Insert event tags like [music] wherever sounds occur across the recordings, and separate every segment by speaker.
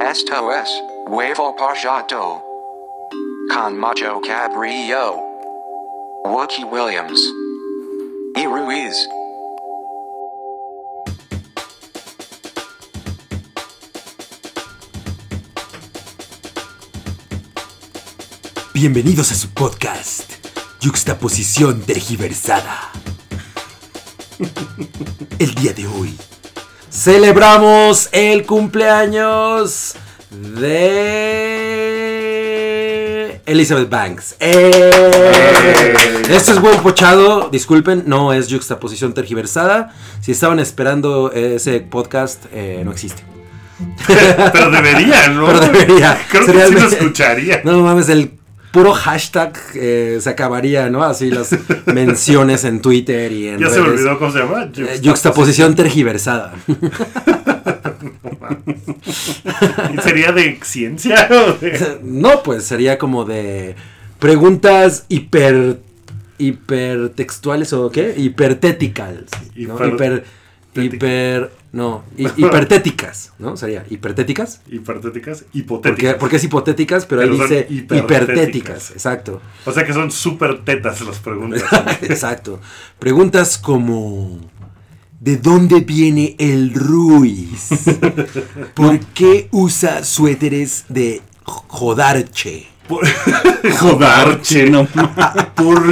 Speaker 1: Esto es huevo parchado. Con Macho Cabrillo. Wookie Williams. Y Ruiz.
Speaker 2: Bienvenidos a su podcast, Yuxtaposición Tergiversada. El día de hoy celebramos el cumpleaños de Elizabeth Banks. ¡Eh! Esto es huevo pochado, disculpen, no es Yuxtaposición Tergiversada. Si estaban esperando ese podcast, eh, no existe.
Speaker 3: Eh, [laughs] Pero debería, ¿no?
Speaker 2: Pero debería.
Speaker 3: [laughs] Creo
Speaker 2: Sería
Speaker 3: que sí
Speaker 2: el-
Speaker 3: lo escucharía.
Speaker 2: No mames, el puro hashtag eh, se acabaría, ¿no? Así
Speaker 3: [laughs]
Speaker 2: las menciones en Twitter y en
Speaker 3: ya se me
Speaker 2: redes.
Speaker 3: olvidó cómo se llama.
Speaker 2: Eh, Yuxtaposición tergiversada. [laughs]
Speaker 3: ¿Sería de ciencia? o de-
Speaker 2: No, pues sería como de preguntas hiper hipertextuales o qué? Hipertéticas. ¿no? Hiper
Speaker 3: Hiper-
Speaker 2: hiper no,
Speaker 3: [laughs]
Speaker 2: hi- hipertéticas, ¿no? Sería hipertéticas.
Speaker 3: Hipertéticas,
Speaker 2: Porque,
Speaker 3: hipotéticas.
Speaker 2: porque es hipotéticas, pero, ahí
Speaker 3: Pero son
Speaker 2: dice
Speaker 3: hipertéticas.
Speaker 2: hipertéticas. Exacto.
Speaker 3: O sea que son súper tetas las
Speaker 4: [laughs]
Speaker 3: preguntas.
Speaker 2: [laughs] Exacto. Preguntas como ¿De dónde viene el [laughs] Ruiz? ¿Por qué usa suéteres de jodarche?
Speaker 3: ¿Por,
Speaker 4: [laughs] Jodarche, no
Speaker 3: por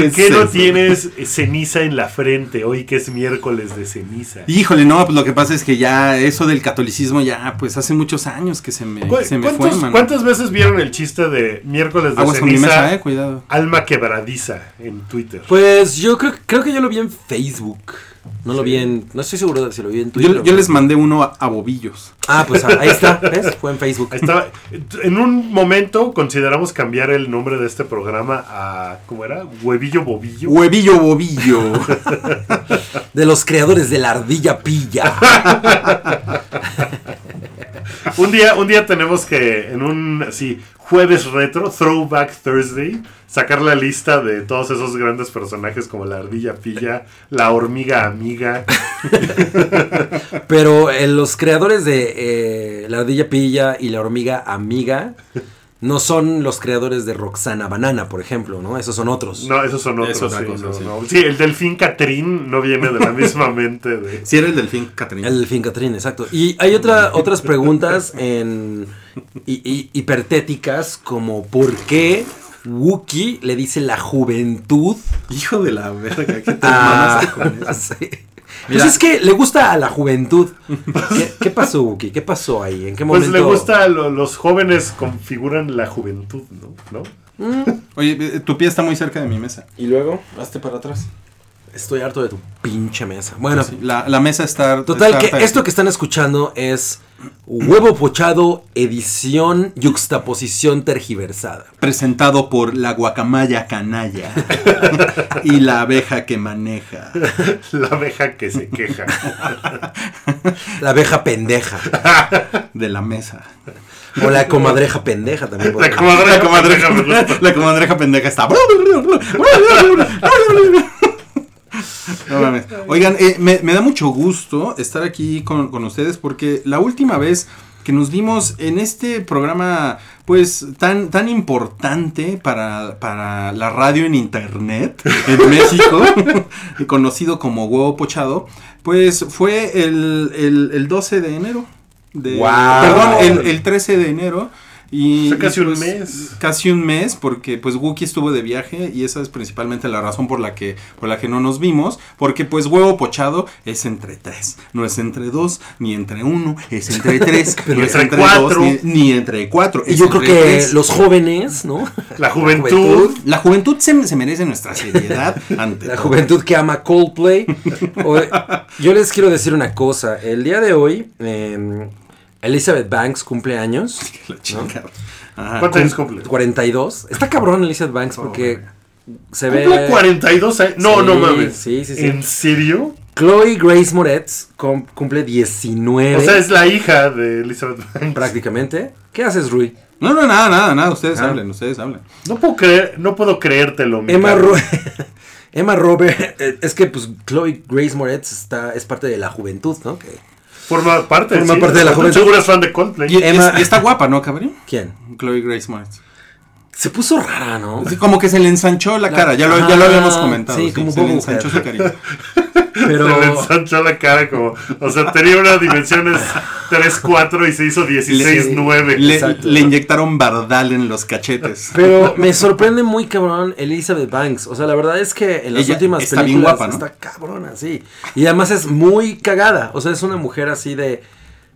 Speaker 4: ¿Qué es
Speaker 3: qué no
Speaker 4: eso?
Speaker 3: tienes ceniza en la frente hoy que es miércoles de ceniza?
Speaker 4: Híjole, no, pues lo que pasa es que ya eso del catolicismo ya, pues hace muchos años que se me,
Speaker 3: ¿Cu-
Speaker 4: se me fue,
Speaker 3: ¿cuántos-
Speaker 4: mano.
Speaker 3: ¿Cuántas veces vieron el chiste de miércoles de
Speaker 4: Aguas con mi
Speaker 3: ceniza?
Speaker 4: mesa, eh, cuidado.
Speaker 3: Alma quebradiza en Twitter.
Speaker 2: Pues yo creo, creo que yo lo vi en Facebook. No lo vi en. No estoy seguro de si lo vi en Twitter.
Speaker 4: Pues Yo, yo les mandé uno a, a bobillos.
Speaker 2: Ah, pues ah, ahí está. ¿Ves? Fue en Facebook.
Speaker 3: Estaba, en un momento consideramos cambiar el nombre de este programa a. ¿Cómo era? Huevillo Bobillo.
Speaker 4: Huevillo bobillo.
Speaker 2: De los creadores de la ardilla pilla.
Speaker 4: [laughs]
Speaker 3: Un día, un día tenemos que, en un así, jueves retro, Throwback Thursday, sacar la lista de todos esos grandes personajes como la ardilla pilla, la hormiga amiga.
Speaker 2: Pero eh, los creadores de eh, La Ardilla Pilla y La Hormiga Amiga no son los creadores de Roxana Banana, por ejemplo, ¿no? Esos son otros.
Speaker 3: No, esos son otros.
Speaker 4: Es otra
Speaker 3: sí,
Speaker 4: cosa,
Speaker 3: no,
Speaker 4: sí.
Speaker 3: no. Sí, el delfín Catrín no viene de la
Speaker 4: [laughs]
Speaker 3: misma mente de.
Speaker 4: Si era el delfín, Caterina.
Speaker 2: El delfín Catrín, exacto. Y hay otra, otras preguntas en hi- hi- hipertéticas como ¿por qué Wookie le dice la juventud
Speaker 4: Hijo de la verga, que te
Speaker 2: a...
Speaker 3: Ah.
Speaker 4: mamaste con eso.
Speaker 3: [laughs]
Speaker 2: Sí. Pues
Speaker 4: Mira.
Speaker 2: es que le gusta a la juventud. ¿Qué, qué pasó, Wookie? ¿Qué pasó ahí? ¿En qué
Speaker 3: Pues
Speaker 2: momento?
Speaker 3: le gusta, a lo- los jóvenes configuran la juventud, ¿no? ¿No? [laughs]
Speaker 4: Oye, eh, tu pie está muy cerca de mi mesa.
Speaker 2: Y luego,
Speaker 4: Hazte para atrás.
Speaker 2: estoy harto de tu pinche mesa. Bueno,
Speaker 4: La, la mesa está.
Speaker 2: Total,
Speaker 4: está
Speaker 2: que
Speaker 4: harta de
Speaker 2: esto
Speaker 4: ti.
Speaker 2: que están escuchando es Huevo Pochado, edición yuxtaposición tergiversada.
Speaker 4: Presentado por la guacamaya canalla y la abeja que maneja.
Speaker 3: La abeja que se
Speaker 4: [laughs]
Speaker 3: queja.
Speaker 2: La abeja pendeja.
Speaker 4: de la mesa.
Speaker 2: O la comadreja pendeja también. puede
Speaker 3: La
Speaker 2: ser.
Speaker 3: comadreja, comadreja, me gusta.
Speaker 2: [laughs]
Speaker 4: La comadreja pendeja está. [laughs] No mames. Oigan, eh, me, me da mucho gusto estar aquí con, con ustedes porque la última vez que nos vimos en este programa, pues tan, tan importante para, para la radio en internet
Speaker 3: [laughs]
Speaker 4: en México, [laughs] conocido como Huevo Pochado, pues fue el, el- el 12 de enero. de-
Speaker 2: Guau.
Speaker 4: Perdón, el, el 13 de enero. Y,
Speaker 3: Fue casi
Speaker 4: y,
Speaker 3: un
Speaker 4: pues,
Speaker 3: mes.
Speaker 4: Casi un mes, porque pues Wookie estuvo de viaje y esa es principalmente la razón por la que, por la que no nos vimos, porque pues huevo pochado es entre tres, no es entre dos, ni entre uno, es entre tres,
Speaker 2: [laughs] Pero
Speaker 4: no es
Speaker 3: entre
Speaker 4: entre
Speaker 3: cuatro.
Speaker 4: dos, ni, ni entre cuatro.
Speaker 2: Y
Speaker 4: es
Speaker 2: yo creo
Speaker 4: entre
Speaker 2: que
Speaker 4: tres.
Speaker 2: los jóvenes, ¿no?
Speaker 3: La juventud.
Speaker 4: La juventud se, se merece nuestra
Speaker 2: [laughs]
Speaker 4: seriedad ante
Speaker 2: La
Speaker 4: todo.
Speaker 2: juventud que ama Coldplay. O- yo les quiero decir una cosa. El día de hoy, eh, Elizabeth Banks cumple años.
Speaker 4: [laughs] La chingada. Ajá.
Speaker 3: ¿Cuántos años cumple?
Speaker 2: 42. Está cabrón Elizabeth Banks porque se ve...
Speaker 3: Oh, ¿Cumple 42 años? No,
Speaker 2: Sí,
Speaker 3: no mames.
Speaker 2: sí, sí, sí.
Speaker 3: ¿En serio?
Speaker 2: Chloe Grace Moretz cum- cumple 19.
Speaker 3: O sea, es la hija de Elizabeth Banks.
Speaker 2: Prácticamente. ¿Qué haces, Rui?
Speaker 4: No, no, nada, nada, nada. Ustedes
Speaker 2: Ah.
Speaker 4: hablen, ustedes hablen.
Speaker 3: No puedo creer, no puedo creértelo, mi
Speaker 2: Emma,
Speaker 3: caro.
Speaker 2: Ro- [laughs] eh, Emma Robert. Es que, pues, Chloe Grace Moretz está, es parte de la juventud, ¿no? Que
Speaker 3: Forma parte
Speaker 2: Forma
Speaker 3: sí,
Speaker 2: parte de la juventud.
Speaker 3: Seguro es fan de Coldplay.
Speaker 4: Y, es-
Speaker 2: Emma-
Speaker 4: y está guapa, ¿no, cabrón?
Speaker 2: ¿Quién?
Speaker 4: Chloe Grace Moretz.
Speaker 2: Se puso rara, ¿no?
Speaker 4: Así Como que se le ensanchó la cara, ya lo, ya lo
Speaker 2: Ah,
Speaker 4: habíamos comentado.
Speaker 2: sí,
Speaker 4: Sí,
Speaker 2: como
Speaker 4: se le
Speaker 2: Bobo
Speaker 4: ensanchó su
Speaker 2: Cat.
Speaker 4: carita.
Speaker 2: [laughs] Pero.
Speaker 3: Se le ensanchó la cara como. O sea, tenía unas dimensiones 3, 4 y se hizo 16,
Speaker 2: Le-
Speaker 3: 9.
Speaker 4: Le,
Speaker 2: Exacto.
Speaker 4: le inyectaron bardal en los cachetes.
Speaker 2: Pero me sorprende muy cabrón Elizabeth Banks. O sea, la verdad es que en las
Speaker 4: Ella
Speaker 2: últimas
Speaker 4: está bien
Speaker 2: películas
Speaker 4: guapa, ¿no?
Speaker 2: está cabrona, sí. Y además es muy cagada. O sea, es una mujer así de.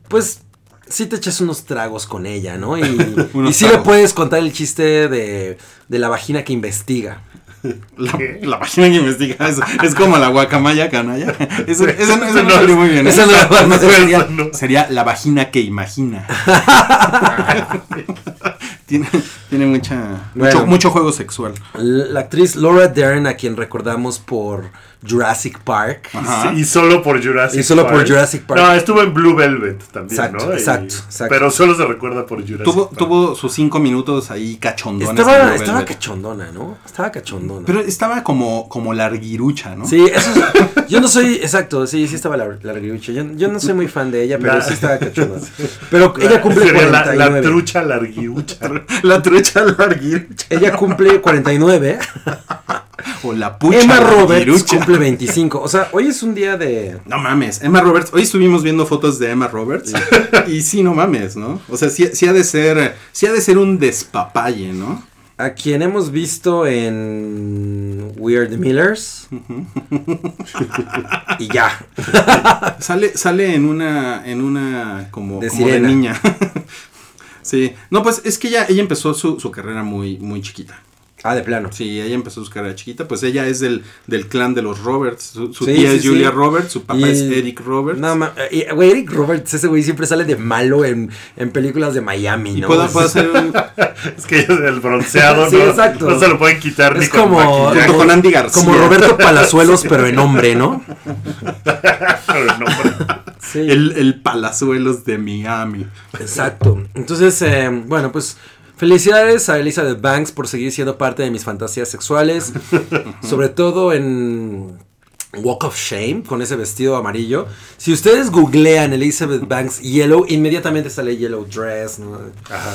Speaker 2: Pues. Sí te echas unos tragos con ella, ¿no?
Speaker 4: [laughs]
Speaker 2: Y, y
Speaker 4: Unos
Speaker 2: sí le
Speaker 4: tragos.
Speaker 2: puedes contar el chiste de, de la vagina que investiga.
Speaker 4: La,
Speaker 3: ¿Qué?
Speaker 4: la página que investiga eso. Es como la guacamaya canalla. Eso, eso no- eso
Speaker 3: Eso
Speaker 4: [laughs] no
Speaker 3: no
Speaker 4: salió
Speaker 3: es-
Speaker 4: muy bien. ¿eh?
Speaker 2: Esa no la no se
Speaker 3: Eso
Speaker 2: veía.
Speaker 3: no.
Speaker 4: Sería la vagina
Speaker 2: [laughs]
Speaker 4: que imagina. tiene tiene mucha,
Speaker 2: Bueno.
Speaker 4: mucho, mucho juego sexual.
Speaker 2: La actriz Laura Dern, a quien recordamos por Jurassic Park.
Speaker 3: Ah,
Speaker 4: Ajá.
Speaker 3: Sí, y solo por Jurassic
Speaker 2: Y solo por Jurassic Park.
Speaker 3: No, estuvo en Blue Velvet también,
Speaker 2: Exacto,
Speaker 3: ¿no? Y-
Speaker 2: exacto, exacto.
Speaker 3: Pero solo se recuerda por Jurassic
Speaker 4: Tuvo,
Speaker 3: Park.
Speaker 4: tuvo sus cinco minutos ahí cachondones. en
Speaker 2: Pues, Estaba,
Speaker 4: Blue
Speaker 2: estaba
Speaker 4: Velvet.
Speaker 2: cachondona, ¿no? Estaba cachondona.
Speaker 4: Pero estaba como, como larguirucha, ¿no?
Speaker 2: Sí, eso es- yo no soy, exacto, sí, sí estaba la, la larguirucha. Yo, yo no soy muy fan de ella, pero
Speaker 3: La-
Speaker 2: sí estaba
Speaker 3: [laughs]
Speaker 2: cachonda. Pero
Speaker 3: La-
Speaker 2: ella cumple
Speaker 3: sería la,
Speaker 2: 49.
Speaker 3: la trucha larguirucha.
Speaker 4: La trucha larguirucha.
Speaker 2: Ella cumple 49.
Speaker 3: [laughs]
Speaker 4: O la pucha
Speaker 2: Emma Roberts
Speaker 4: larguirucha.
Speaker 2: cumple 25. O sea, hoy es un día de...
Speaker 4: No mames, Emma Roberts. Hoy estuvimos viendo fotos de Emma Roberts. [laughs] Y sí, no mames, ¿no? O sea, sí, sí ha de ser. Sí ha de ser un despapalle, ¿no?
Speaker 2: A quien hemos visto en We Are the Millers.
Speaker 3: [laughs]
Speaker 2: y ya.
Speaker 4: Sale, sale en una. en una. como,
Speaker 2: De
Speaker 4: como de
Speaker 2: sirena.
Speaker 4: niña. [laughs] sí. No, pues es que ella, ella empezó su, su carrera muy, muy chiquita.
Speaker 2: Ah, de plano.
Speaker 4: Sí, ella empezó su carrera chiquita. Pues ella es del, del clan de los Roberts. Su, su
Speaker 2: Sí,
Speaker 4: tía
Speaker 2: sí,
Speaker 4: es
Speaker 2: sí.
Speaker 4: Julia Roberts, su papá
Speaker 2: Y-
Speaker 4: es Eric Roberts.
Speaker 2: No, ma- eh, y, güey, Eric Roberts, ese güey siempre sale de malo en, en películas de Miami,
Speaker 4: y
Speaker 2: ¿no?
Speaker 4: puedo, puedo hacer un-
Speaker 3: es que el bronceado
Speaker 2: Sí,
Speaker 3: no,
Speaker 2: exacto.
Speaker 3: no se lo pueden quitar ni
Speaker 2: Es
Speaker 3: con
Speaker 2: como, [laughs]
Speaker 3: maquillaje. [laughs]
Speaker 4: Junto con Andy García.
Speaker 2: como Roberto Palazuelos, pero en hombre, ¿no?
Speaker 3: Pero no, pero-
Speaker 2: [laughs] Sí,
Speaker 4: el, el Palazuelos de Miami.
Speaker 2: exacto. Entonces, eh, bueno, pues felicidades a Elizabeth Banks por seguir siendo parte de mis fantasías
Speaker 3: [laughs]
Speaker 2: sexuales, sobre todo en Walk of Shame, con ese vestido amarillo. Si ustedes googlean Elizabeth Banks Yellow, inmediatamente sale Yellow Dress. ¿no?
Speaker 3: Ajá.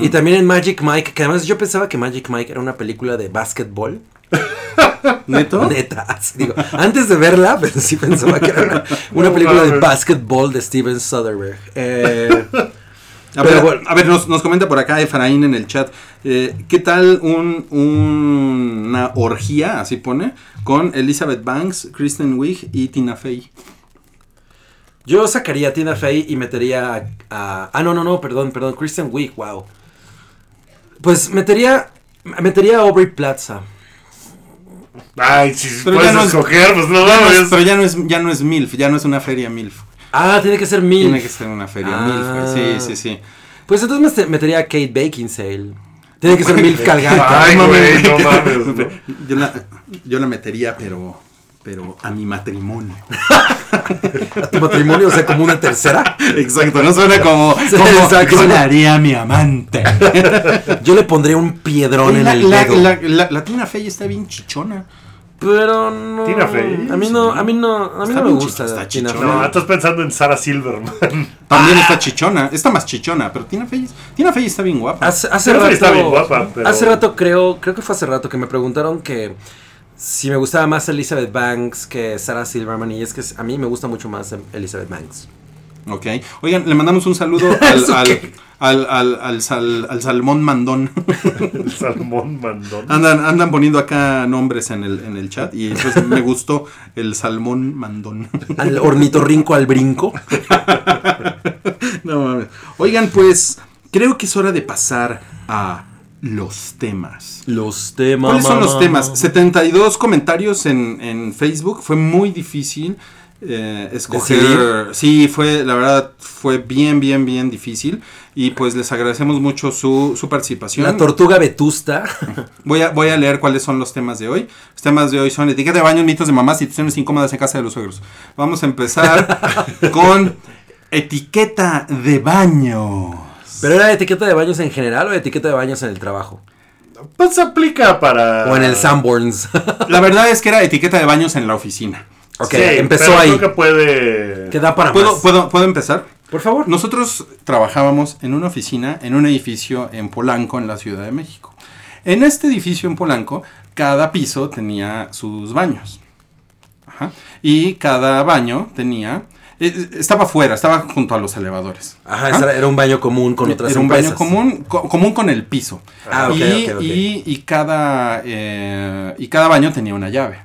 Speaker 2: Y también en Magic Mike, que además yo pensaba que Magic Mike era una película de básquetbol.
Speaker 4: ¿Neto?
Speaker 2: Neta, [laughs] así digo, antes de verla, [laughs] pero sí pensaba que era una, una película de
Speaker 3: mames.
Speaker 2: básquetbol de Steven Soderbergh. Eh,
Speaker 4: A
Speaker 2: Pero
Speaker 4: ver,
Speaker 2: bueno.
Speaker 4: a ver, nos, nos comenta por acá Efraín en el chat. eh, ¿Qué tal un, un- una orgía, así pone, con Elizabeth Banks, Kristen Wiig y Tina Fey?
Speaker 2: yo sacaría a Tina Fey y metería a, a- Ah, no, no, no, perdón, perdón, Kristen Wiig, wow. Pues metería... Metería a Aubrey Plaza.
Speaker 3: Ay, si
Speaker 4: Pero
Speaker 3: puedes
Speaker 4: ya no es-
Speaker 3: escoger, pues no
Speaker 4: Ya no Ah, es-
Speaker 3: mames.
Speaker 4: pero ya no, es, ya no es MILF, ya no es una feria MILF.
Speaker 2: Ah, tiene que ser
Speaker 4: Tiene
Speaker 2: Mil.
Speaker 4: que ser una feria
Speaker 2: Ah.
Speaker 4: MILF, güey, sí, sí, sí.
Speaker 2: Pues entonces mete- metería a Kate Beckinsale. Tiene que ser Mil Calgata.
Speaker 3: Ay,
Speaker 4: No
Speaker 3: güey,
Speaker 4: mames.
Speaker 3: no mames. ¿no?
Speaker 4: [laughs] Yo la, yo la metería, pero, pero a mi matrimonio.
Speaker 2: A [laughs] tu matrimonio, o sea, como una tercera.
Speaker 4: [laughs] Exacto, no suena [laughs] como...
Speaker 2: Sí,
Speaker 4: como
Speaker 2: exacto.
Speaker 4: yo le haría a mi [laughs] amante.
Speaker 2: Yo le pondría un piedrón en
Speaker 4: la,
Speaker 2: el
Speaker 4: la-
Speaker 2: dedo.
Speaker 4: la- la- la Tina Fey está bien chichona.
Speaker 2: Pero no.
Speaker 3: Tina Fey,
Speaker 2: A mí no, a mí no, a mí
Speaker 4: Está
Speaker 2: no me
Speaker 4: bien
Speaker 2: gusta
Speaker 4: chichona, está
Speaker 2: Tina Fey.
Speaker 4: chichona.
Speaker 3: No, estás pensando en Sarah Silverman. [laughs]
Speaker 4: También
Speaker 2: Ah.
Speaker 4: está chichona, está más chichona, pero Tina Fey, Tina Fey está bien guapa.
Speaker 2: Hace, hace
Speaker 3: Tina
Speaker 2: rato.
Speaker 3: Fey está bien guapa, pero-
Speaker 2: Hace rato creo, creo que fue hace rato que me preguntaron que si me gustaba más Elizabeth Banks que Sarah Silverman y es que a mí me gusta mucho más em- Elizabeth Banks.
Speaker 4: Ok. Oigan, le mandamos un saludo
Speaker 2: [laughs]
Speaker 4: al,
Speaker 2: ¿Eso
Speaker 4: al,
Speaker 2: qué?
Speaker 4: al, al- al sal- al salmón mandón. [laughs]
Speaker 3: El salmón mandón.
Speaker 4: andan, andan poniendo acá nombres en el, en el chat y pues, me gustó el salmón mandón. [laughs]
Speaker 2: Al ornitorrinco al brinco.
Speaker 4: no mames. Oigan, pues creo que es hora de pasar a los temas.
Speaker 2: Los temas.
Speaker 4: ¿Cuáles son los
Speaker 2: mamá.
Speaker 4: temas? 72 comentarios en, en Facebook. Fue muy difícil eh, escoger.
Speaker 2: Decidir.
Speaker 4: Sí, fue, la verdad, fue bien, bien, bien difícil. Y pues les agradecemos mucho su, su participación.
Speaker 2: La tortuga vetusta.
Speaker 4: Voy a, voy a leer cuáles son los temas de hoy. Los temas de hoy son etiqueta de baños, mitos de mamás, situaciones incómodas en casa de los suegros. Vamos a empezar
Speaker 2: [laughs]
Speaker 4: con etiqueta de baño.
Speaker 2: Pero era etiqueta de baños en general o etiqueta de baños en el trabajo.
Speaker 3: Pues aplica para. Ah.
Speaker 2: O en el Sanborns. [laughs]
Speaker 4: La verdad es que era etiqueta de baños en la oficina.
Speaker 2: Ok,
Speaker 3: Sí,
Speaker 2: empezó
Speaker 3: pero
Speaker 2: ahí.
Speaker 3: Creo que puede.
Speaker 2: Que da para
Speaker 4: ¿Puedo,
Speaker 2: más.
Speaker 4: puedo, ¿Puedo empezar?
Speaker 2: Por favor.
Speaker 4: Nosotros trabajábamos en una oficina, en un edificio en Polanco, en la Ciudad de México. En este edificio en Polanco, cada piso tenía sus baños. Ajá. Y cada baño tenía... eh, Estaba afuera, estaba junto a los elevadores.
Speaker 2: Ajá, esa era- era un baño común con otras
Speaker 4: Era un
Speaker 2: empresas.
Speaker 4: baño común, co- común con el piso.
Speaker 2: Ah, ok,
Speaker 4: y,
Speaker 2: ok, ok.
Speaker 4: y- y cada, eh, y cada baño tenía una llave.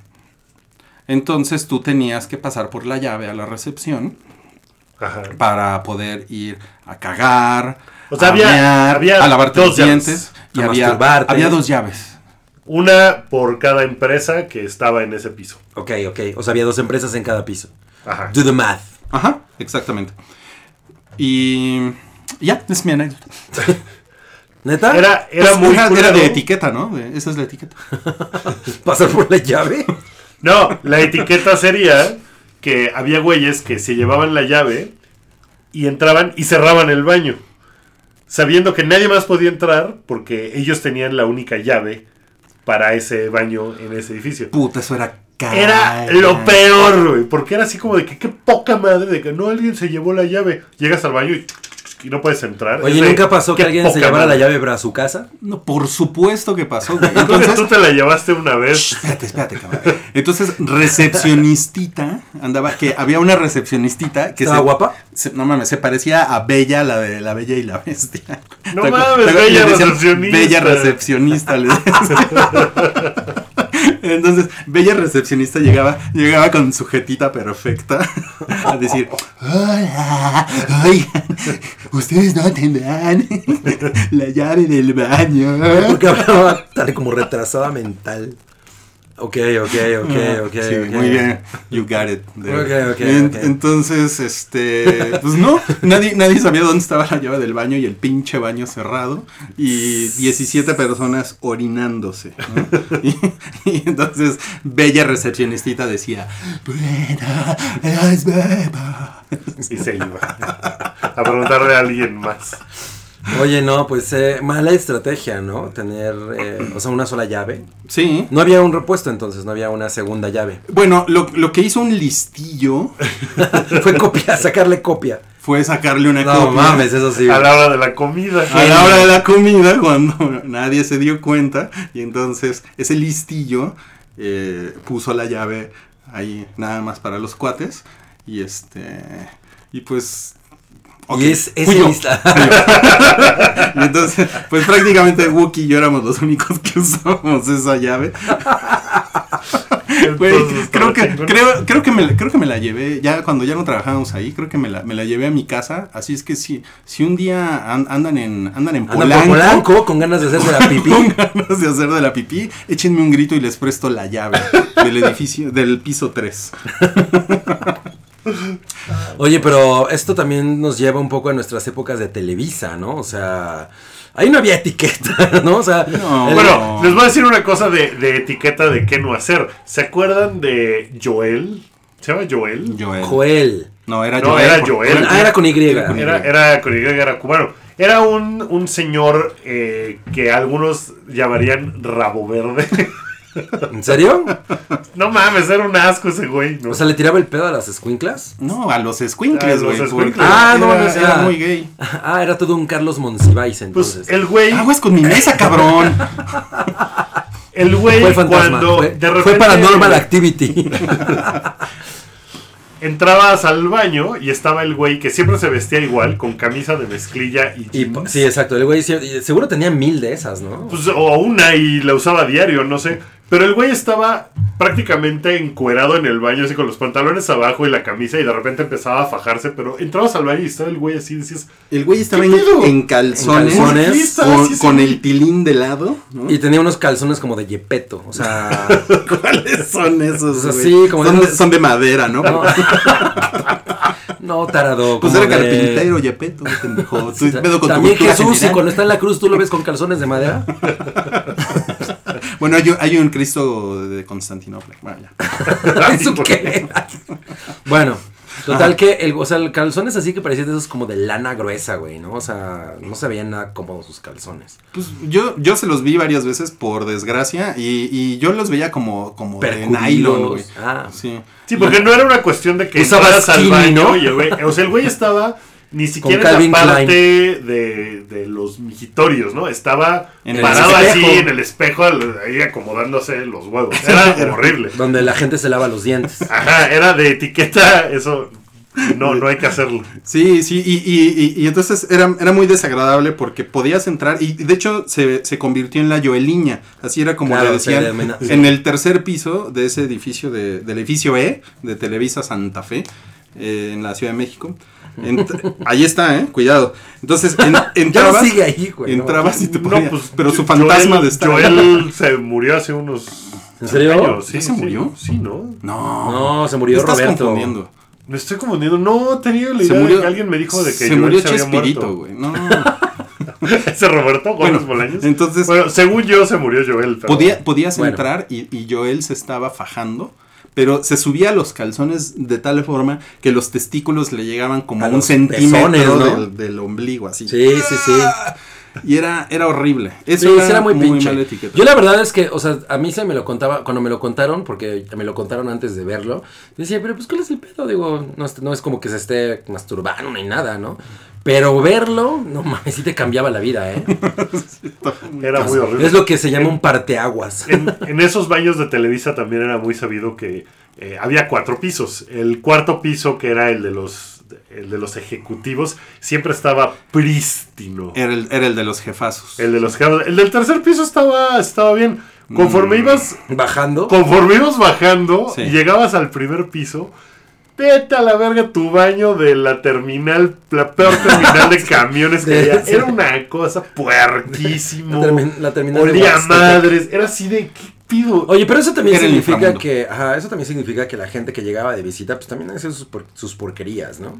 Speaker 4: Entonces tú tenías que pasar por la llave a la recepción
Speaker 3: Ajá.
Speaker 4: para poder ir a cagar,
Speaker 3: O sea,
Speaker 4: a,
Speaker 3: había-
Speaker 4: mear,
Speaker 3: había
Speaker 4: a lavarte
Speaker 3: dos
Speaker 4: los
Speaker 3: llaves.
Speaker 4: dientes y
Speaker 2: A
Speaker 4: había,
Speaker 2: masturbarte.
Speaker 4: había dos llaves.
Speaker 3: Una por cada empresa que estaba en ese piso.
Speaker 2: Ok, ok. O sea, había dos empresas en cada piso.
Speaker 3: Ajá.
Speaker 2: Do the math.
Speaker 4: Ajá, exactamente. Y y ya, es mi anécdota.
Speaker 2: ¿Neta?
Speaker 3: Era, era
Speaker 4: Pues
Speaker 3: muy.
Speaker 4: era, era
Speaker 3: culero.
Speaker 4: de etiqueta, ¿no? De- esa es la etiqueta.
Speaker 2: Pues, ¿Pasar por la
Speaker 4: [laughs]
Speaker 2: llave?
Speaker 3: No, la etiqueta sería que había güeyes que se llevaban la llave y entraban y cerraban el baño. Sabiendo que nadie más podía entrar porque ellos tenían la única llave para ese baño en ese edificio.
Speaker 4: Puta, eso era cara.
Speaker 3: Era lo peor, güey. Porque era así como de que qué poca madre de que no alguien se llevó la llave. Llegas al baño y, chuc, chuc, chuc, y no puedes entrar.
Speaker 2: Oye,
Speaker 3: Es de,
Speaker 2: ¿nunca pasó que
Speaker 3: qué
Speaker 2: alguien se
Speaker 3: poca
Speaker 2: llevara la
Speaker 3: madre.
Speaker 2: llave para su casa?
Speaker 4: No, por supuesto que
Speaker 3: [laughs]
Speaker 4: pasó. güey.
Speaker 3: Creo que
Speaker 4: Entonces,
Speaker 3: tú te la llevaste
Speaker 2: [laughs]
Speaker 3: una vez.
Speaker 4: Espérate, espérate, cabrón. Entonces, recepcionistita andaba, que había una recepcionistita que
Speaker 2: ¿Estaba guapa?
Speaker 4: [laughs] se- no mames, se parecía a Bella, la de la Bella y la Bestia.
Speaker 3: No
Speaker 4: ¿Te acuer-
Speaker 3: mames,
Speaker 4: te acuer-
Speaker 3: Bella
Speaker 4: le decían
Speaker 3: recepcionista.
Speaker 4: Bella recepcionista. le decían. [laughs] Entonces, Bella recepcionista llegaba, llegaba con su jetita perfecta [laughs] a decir, hola, oigan, ustedes no tendrán [laughs] la llave del baño.
Speaker 2: Porque hablaba tal como retrasada mental. Ok, ok, ok, ok.
Speaker 4: Ah, Sí,
Speaker 2: ok.
Speaker 4: muy bien. You got it.
Speaker 2: Ok, ok,
Speaker 4: En-
Speaker 2: ok.
Speaker 4: Entonces, este, pues no, nadie, nadie sabía dónde estaba la llave del baño y el pinche baño cerrado y 17 personas orinándose. ¿no? [laughs] Y, y entonces, bella recepcionistita decía, "Buena, las beba".
Speaker 3: Y se iba. A preguntarle a alguien más.
Speaker 2: Oye, no, pues eh, mala estrategia, ¿no? Tener, eh, o sea, una sola llave.
Speaker 4: Sí.
Speaker 2: No había un repuesto entonces, no había una segunda llave. [laughs]
Speaker 4: Bueno, lo, lo que hizo un listillo
Speaker 2: Fue
Speaker 4: [laughs]
Speaker 2: copia, sacarle copia.
Speaker 4: fue sacarle una
Speaker 2: No
Speaker 4: copia.
Speaker 2: mames, eso sí.
Speaker 3: A la hora de la comida.
Speaker 4: a la hora
Speaker 2: [laughs]
Speaker 4: de la comida cuando nadie se dio cuenta y entonces ese listillo eh, puso la llave ahí nada más para los cuates y este y pues ok,
Speaker 2: Y es, es
Speaker 4: fui yo.
Speaker 2: lista.
Speaker 4: [laughs] Y entonces pues prácticamente Wookie y yo éramos los únicos que [laughs] usábamos esa llave Güey,
Speaker 3: Entonces,
Speaker 4: creo que
Speaker 3: chingón.
Speaker 4: creo, creo que me la- creo que me la llevé ya cuando ya no trabajábamos ahí creo que me la, me la llevé a mi casa así es que si si un día an- andan en andan en
Speaker 2: Anda por Polanco con ganas de hacerse la
Speaker 4: [laughs] con
Speaker 2: pipí.
Speaker 4: ganas de hacer de la pipí, échenme un grito y les presto la llave del edificio, del piso 3.
Speaker 2: Oye, pero esto también nos lleva un poco a nuestras épocas de Televisa, ¿no? O sea, ahí no había etiqueta, [laughs] ¿no? O sea,
Speaker 4: No,
Speaker 2: el-
Speaker 3: Bueno, les voy a decir una cosa de, de etiqueta de qué no hacer. ¿Se acuerdan de Joel? ¿Se llama Joel?
Speaker 4: Joel.
Speaker 2: Joel.
Speaker 4: No, era
Speaker 3: No,
Speaker 4: Joel.
Speaker 3: era
Speaker 4: porque-
Speaker 3: Joel.
Speaker 2: Ah, era con Y.
Speaker 4: con
Speaker 3: Era, era con Y, era cubano. Era un, un señor eh, que algunos llamarían rabo verde. [laughs]
Speaker 2: ¿En serio?
Speaker 3: no mames, era un asco ese güey. ¿no?
Speaker 2: O sea, le tiraba el pedo a las escuinclas.
Speaker 4: No, a los
Speaker 3: A
Speaker 4: escuincles,
Speaker 3: los
Speaker 4: güey.
Speaker 3: escuincles.
Speaker 4: porque
Speaker 2: Ah, no,
Speaker 4: era,
Speaker 2: no,
Speaker 4: era
Speaker 2: ah.
Speaker 4: muy gay.
Speaker 2: [laughs] Ah, era todo un Carlos Monsiváis
Speaker 3: pues
Speaker 2: entonces.
Speaker 3: el güey,
Speaker 4: Aguas con mi mesa, cabrón.
Speaker 3: el güey
Speaker 2: fue el fantasma.
Speaker 3: cuando
Speaker 2: fue,
Speaker 3: de
Speaker 2: fue
Speaker 3: repente
Speaker 2: Paranormal
Speaker 3: [laughs]
Speaker 2: Activity.
Speaker 3: entrabas al baño y estaba el güey que siempre se vestía igual, con camisa de mezclilla y
Speaker 2: Y,
Speaker 3: jeans.
Speaker 2: sí, exacto. El güey sí- seguro tenía mil de esas, ¿no?
Speaker 3: Pues, o una y la usaba diario, no sé. Pero el güey estaba prácticamente encuerado en el baño, así con los pantalones abajo y la camisa, y de repente empezaba a fajarse. Pero entrabas al baño y estaba el güey así, decías,
Speaker 4: El güey estaba
Speaker 3: ¿Qué
Speaker 4: en,
Speaker 3: pedo?
Speaker 4: en calzones.
Speaker 2: En calzones.
Speaker 3: ¿qué estás
Speaker 4: Con,
Speaker 3: haciendo?
Speaker 4: con el tilín de lado,
Speaker 3: [laughs]
Speaker 4: ¿no?
Speaker 2: Y tenía unos calzones como de yepeto. O sea,
Speaker 4: ¿Cuáles son esos?
Speaker 2: O sea,
Speaker 4: güey?
Speaker 2: sí, como
Speaker 4: son,
Speaker 2: de
Speaker 4: de,
Speaker 2: esos-
Speaker 4: son de madera, ¿no? [laughs]
Speaker 2: no. no, tarado.
Speaker 4: Pues
Speaker 2: como
Speaker 4: era
Speaker 2: de-
Speaker 4: carpintero, Yepeto, pendejo. Tú pedo con tu
Speaker 2: También
Speaker 4: cultura
Speaker 2: Jesús, y
Speaker 4: general.
Speaker 2: cuando está en la cruz, tú lo ves con calzones de
Speaker 4: [laughs]
Speaker 2: madera. [laughs]
Speaker 4: Bueno, hay, un- hay un
Speaker 2: [laughs]
Speaker 4: Cristo de Constantinopla. Bueno, ya.
Speaker 2: ¿Eso qué? bueno, Total que, el, o sea, el calzón es así que parecía de esos como de lana gruesa, güey, ¿no? O sea, no se veían nada cómodos sus calzones.
Speaker 4: Pues yo, yo se los vi varias veces, por desgracia, y, y yo los veía como, como de
Speaker 2: Percudidos.
Speaker 4: nylon, güey.
Speaker 2: Ah.
Speaker 4: Sí.
Speaker 3: Sí, porque no era una cuestión de que
Speaker 2: Usaba
Speaker 3: entraras al
Speaker 2: skinny,
Speaker 3: baño
Speaker 2: ¿no?
Speaker 3: y el güey- o sea, el güey estaba ni siquiera en
Speaker 2: Calvin
Speaker 3: la
Speaker 2: Klein.
Speaker 3: parte de, de los mijitorios, ¿no? Estaba
Speaker 4: En el
Speaker 3: parado así
Speaker 2: espejo.
Speaker 3: en el espejo, al- ahí acomodándose los huevos.
Speaker 2: [laughs]
Speaker 3: Era horrible.
Speaker 2: Donde la gente se lava los dientes.
Speaker 4: [laughs]
Speaker 3: Ajá, era de etiqueta, eso no, no hay que hacerlo.
Speaker 4: Sí, sí, y, y- y- y entonces era, era muy desagradable porque podías entrar y de hecho se, se convirtió en la Yoeliña, así era como
Speaker 2: Claro,
Speaker 4: le
Speaker 2: se
Speaker 4: decían
Speaker 2: denomina- sí.
Speaker 4: en el tercer piso de ese edificio, de, del edificio E de Televisa Santa Fe eh, en la Ciudad de México. Ent- ahí está, eh, cuidado. Entonces
Speaker 2: [laughs]
Speaker 4: en- entrabas,
Speaker 2: sigue ahí, güey, no.
Speaker 4: entrabas y Ah, te
Speaker 3: No,
Speaker 4: ponías-
Speaker 3: pues,
Speaker 4: pero su
Speaker 3: Joel-
Speaker 4: fantasma de estar
Speaker 3: Joel se murió hace unos.
Speaker 2: ¿En serio?
Speaker 3: años, sí,
Speaker 4: ¿Ya se
Speaker 3: sí.
Speaker 4: murió?
Speaker 3: Sí, ¿no?
Speaker 4: No,
Speaker 2: No, se
Speaker 4: te
Speaker 2: murió
Speaker 4: estás
Speaker 2: Roberto.
Speaker 4: confundiendo.
Speaker 3: Me estoy confundiendo. No tenía la
Speaker 4: Se
Speaker 3: idea de
Speaker 4: murió-
Speaker 3: que alguien me dijo de que
Speaker 4: se
Speaker 3: Joel
Speaker 4: murió
Speaker 3: se había
Speaker 4: Chespirito,
Speaker 3: muerto. [laughs]
Speaker 4: güey. No, no, no.
Speaker 3: ¿Ese Roberto Gómez
Speaker 4: Bueno,
Speaker 3: Bolaños?
Speaker 4: entonces-
Speaker 3: Bueno, según yo, se murió Joel. pero-
Speaker 4: Podía- podías
Speaker 2: Bueno.
Speaker 4: entrar y, y Joel se estaba fajando, pero se subía a los calzones de tal forma que los testículos le llegaban como
Speaker 2: A
Speaker 4: a un
Speaker 2: los
Speaker 4: centímetro
Speaker 2: pezones, ¿no?
Speaker 4: del, del ombligo, así.
Speaker 2: Sí, sí, sí.
Speaker 4: Y era, era horrible.
Speaker 2: Sí,
Speaker 4: Eso
Speaker 2: sí,
Speaker 4: era,
Speaker 2: era muy
Speaker 4: muy,
Speaker 2: pinche.
Speaker 4: mala etiqueta.
Speaker 2: Yo la verdad es que, o sea, a mí se me lo contaba, cuando me lo contaron, porque me lo contaron antes de verlo, decía, pero pues, ¿cuál es el pedo? Digo, no, es- no es como que se esté masturbando ni nada, ¿no? Pero verlo, no mames, sí te cambiaba la vida,
Speaker 4: [laughs]
Speaker 2: ¿eh?
Speaker 3: Era muy horrible.
Speaker 2: Es lo que se llama un parteaguas.
Speaker 3: en, en esos baños de Televisa también era muy sabido que eh, había cuatro pisos. El cuarto piso, que era el de los, el de los ejecutivos, siempre estaba prístino.
Speaker 2: Er-
Speaker 4: Era el, era el de los jefazos.
Speaker 3: El de los jefes- El del tercer piso estaba, estaba bien.
Speaker 2: Mm.
Speaker 3: Conforme ibas.
Speaker 2: Bajando.
Speaker 3: Conforme ibas bajando
Speaker 4: Sí.
Speaker 3: y llegabas al primer piso, vete a la verga tu baño de la terminal, la peor
Speaker 2: [laughs]
Speaker 3: terminal de camiones que
Speaker 2: Sí,
Speaker 3: había.
Speaker 2: sí.
Speaker 3: Era una cosa puerquísimo.
Speaker 2: La termi- la terminal de
Speaker 3: Olía a
Speaker 2: Huasteca.
Speaker 3: madres. Era así de qué pido.
Speaker 2: Oye, pero eso también
Speaker 4: Era el
Speaker 2: significa
Speaker 4: inframundo.
Speaker 2: que, ajá, eso también significa que la gente que llegaba de visita, pues también hacía sus, por- sus porquerías, ¿no?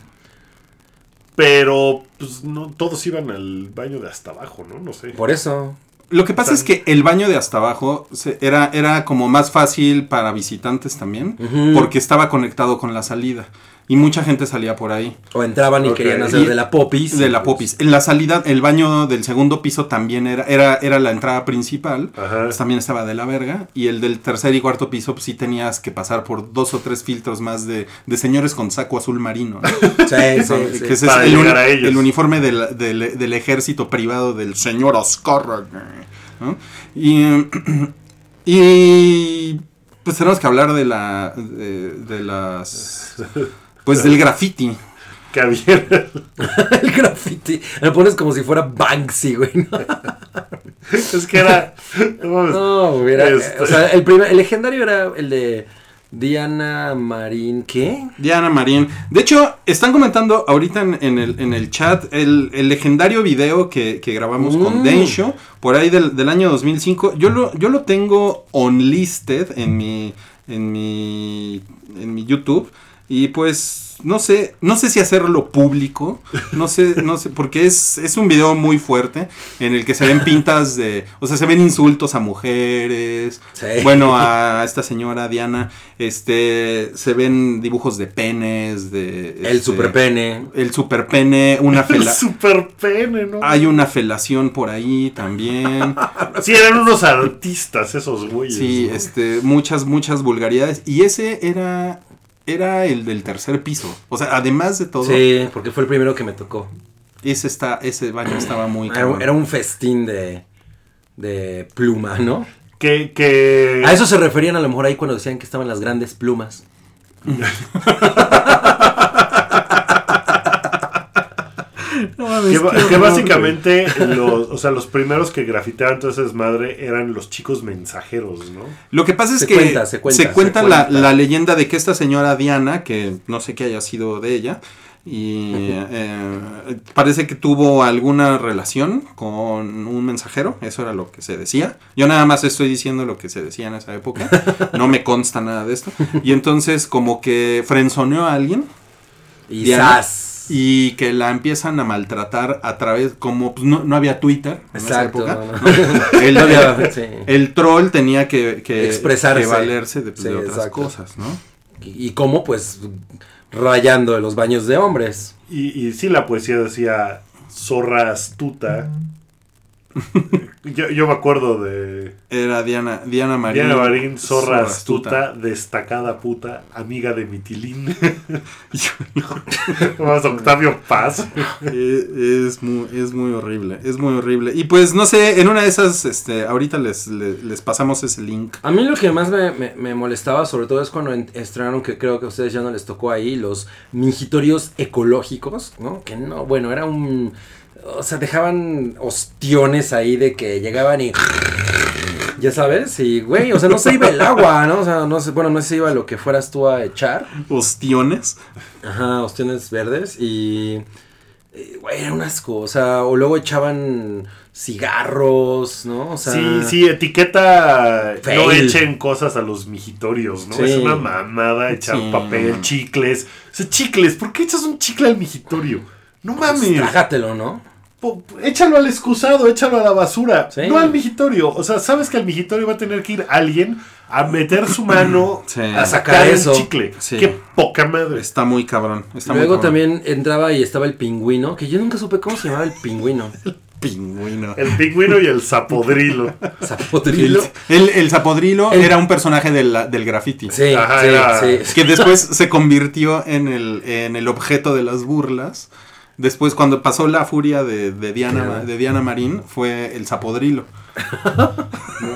Speaker 3: Pero, pues no, todos iban al baño de hasta abajo, ¿no? No sé.
Speaker 2: Por eso.
Speaker 4: Lo que pasa es que el baño de hasta abajo se- era, era como más fácil para visitantes también, porque estaba conectado con la salida. Y mucha gente salía por ahí.
Speaker 2: O entraban y
Speaker 3: Ok.
Speaker 2: querían hacer
Speaker 4: Y-
Speaker 2: de la popis.
Speaker 4: de la popis. En la salida, el baño del segundo piso también era, era, era la entrada principal.
Speaker 3: Ajá.
Speaker 4: Pues también estaba de la verga. Y el del tercer y cuarto piso, pues sí tenías que pasar por dos o tres filtros más de, de señores con saco azul marino.
Speaker 3: [laughs]
Speaker 4: ¿no? [laughs]
Speaker 2: Sí,
Speaker 4: Eso,
Speaker 2: sí, sí.
Speaker 4: que ese
Speaker 3: Para
Speaker 4: es el,
Speaker 3: llegar a ellos.
Speaker 4: el uniforme del, del- del ejército privado del señor Oscar. ¿no? Y, y, pues tenemos que hablar de la de, de las pues del graffiti.
Speaker 3: Que había.
Speaker 2: El graffiti. Me pones como si fuera Banksy, güey. No,
Speaker 3: [laughs] es que era. no
Speaker 2: [laughs]
Speaker 3: mames.
Speaker 2: No, era-
Speaker 3: Este-
Speaker 2: O sea, el, primer, el legendario era el de Diana Marín. ¿Qué?
Speaker 4: Diana Marín. De hecho, están comentando ahorita en, en el, en el chat el, el legendario video que, que grabamos
Speaker 2: Mm.
Speaker 4: con Densho, por ahí del, del año 2005. Yo lo, yo lo tengo unlisted en mi, en mi, en mi YouTube. Y pues, no sé, no sé si hacerlo público, no sé, no sé, porque es, es un video muy fuerte en el que se ven pintas de, o sea, se ven insultos a mujeres,
Speaker 2: Sí.
Speaker 4: bueno, a esta señora Diana, este, se ven dibujos de penes, de...
Speaker 2: El
Speaker 4: este,
Speaker 2: superpene.
Speaker 4: El super pene,
Speaker 2: [laughs]
Speaker 4: una
Speaker 3: El
Speaker 4: fela-
Speaker 3: super pene, ¿no?
Speaker 4: Hay una felación por ahí también.
Speaker 3: Sí, eran unos artistas esos güeyes.
Speaker 4: Sí,
Speaker 3: ¿no?
Speaker 4: este, muchas, muchas vulgaridades. Y ese era, era el del tercer piso. O sea, además de todo,
Speaker 2: Sí, porque fue el primero que me tocó.
Speaker 4: ese, está, ese baño estaba muy...
Speaker 2: Era,
Speaker 4: cabrón.
Speaker 2: era un festín de, de pluma, ¿no?
Speaker 3: Que, que...
Speaker 2: A eso se referían a lo mejor ahí cuando decían que estaban las grandes plumas.
Speaker 3: que, ba- que básicamente [laughs] los, o sea, los primeros que grafiteaban todo ese desmadre eran los chicos mensajeros, ¿no?
Speaker 4: Lo que pasa es
Speaker 2: Se
Speaker 4: que
Speaker 2: cuenta, se cuenta, se
Speaker 4: la,
Speaker 2: cuenta.
Speaker 4: la leyenda de que esta señora Diana, que no sé qué haya sido de ella, y eh, parece que tuvo alguna relación con un mensajero, eso era lo que se decía. Yo nada más estoy diciendo lo que se decía en esa
Speaker 2: [laughs]
Speaker 4: época, no me consta nada de esto. Y entonces como que frenzoneó a alguien
Speaker 2: Y
Speaker 4: Diana.
Speaker 2: zas.
Speaker 4: y que la empiezan a maltratar a través, como pues, no, no había Twitter en
Speaker 2: Exacto.
Speaker 4: esa época.
Speaker 2: [laughs] no, no.
Speaker 4: El,
Speaker 2: No había- sí.
Speaker 4: el troll tenía que, que
Speaker 2: Expresarse.
Speaker 4: que valerse de, de
Speaker 2: Sí,
Speaker 4: otras
Speaker 2: exacto.
Speaker 4: cosas, ¿no?
Speaker 2: Y y cómo, pues, rayando de los baños de hombres.
Speaker 3: Y, y sí, la poesía decía
Speaker 2: [laughs]
Speaker 3: zorra astuta. yo, yo me acuerdo de
Speaker 4: Era Diana, Diana Marín.
Speaker 3: Diana Marín, zorra
Speaker 4: [laughs]
Speaker 3: astuta, destacada puta, amiga de Mitilín. [laughs] Vamos, Octavio Paz.
Speaker 4: Eh, Es muy, es muy horrible, es muy horrible. Y pues no sé, en una de esas, este, ahorita les, les, les pasamos ese link.
Speaker 2: A mí lo que más me, me- me molestaba, sobre todo, es cuando en- estrenaron, que creo que a ustedes ya no les tocó ahí, los mingitorios ecológicos, ¿no? Que no, bueno, era un. O sea, dejaban ostiones ahí de que llegaban y. Ya sabes, y güey, o sea, no se iba el agua, ¿no? O sea, no se, bueno, no se iba lo que fueras tú a echar.
Speaker 4: Ostiones.
Speaker 2: Ajá, ostiones verdes y. eh, Güey, era un asco, o sea, o luego echaban cigarros, ¿no? O sea,
Speaker 3: Sí, sí, etiqueta. No
Speaker 2: Fail.
Speaker 3: echen cosas a los mijitorios, ¿no?
Speaker 2: Sí.
Speaker 3: Es una mamada echar
Speaker 4: Sí, no
Speaker 3: papel,
Speaker 4: mames.
Speaker 3: chicles. O sea, chicles, ¿por qué echas un chicle al mijitorio? No mames.
Speaker 2: trágatelo, ¿no?
Speaker 3: Po- Échalo al excusado, échalo a la basura.
Speaker 2: Sí.
Speaker 3: No al mijitorio. O sea, sabes que al mijitorio va a tener que ir alguien a meter su mano
Speaker 4: Sí.
Speaker 3: a
Speaker 2: Sacar
Speaker 3: sacar el
Speaker 2: eso.
Speaker 3: chicle.
Speaker 4: Sí.
Speaker 3: Qué poca madre.
Speaker 4: Está muy cabrón. Está
Speaker 2: Luego
Speaker 4: muy cabrón.
Speaker 2: también entraba y estaba el pingüino, que yo nunca supe cómo se llamaba el pingüino.
Speaker 4: [laughs] Pingüino.
Speaker 3: El pingüino y el sapodrilo.
Speaker 2: Zapotril.
Speaker 4: El, el zapodrilo
Speaker 2: El-
Speaker 4: era un personaje de la- del graffiti.
Speaker 2: Sí,
Speaker 3: Ajá,
Speaker 2: sí,
Speaker 3: era-
Speaker 2: sí. [laughs]
Speaker 4: Que después se convirtió en el, en el objeto de las burlas. Después, cuando pasó la furia de, de Diana, de Diana Marín, fue
Speaker 2: [laughs]
Speaker 4: el zapodrilo.
Speaker 3: No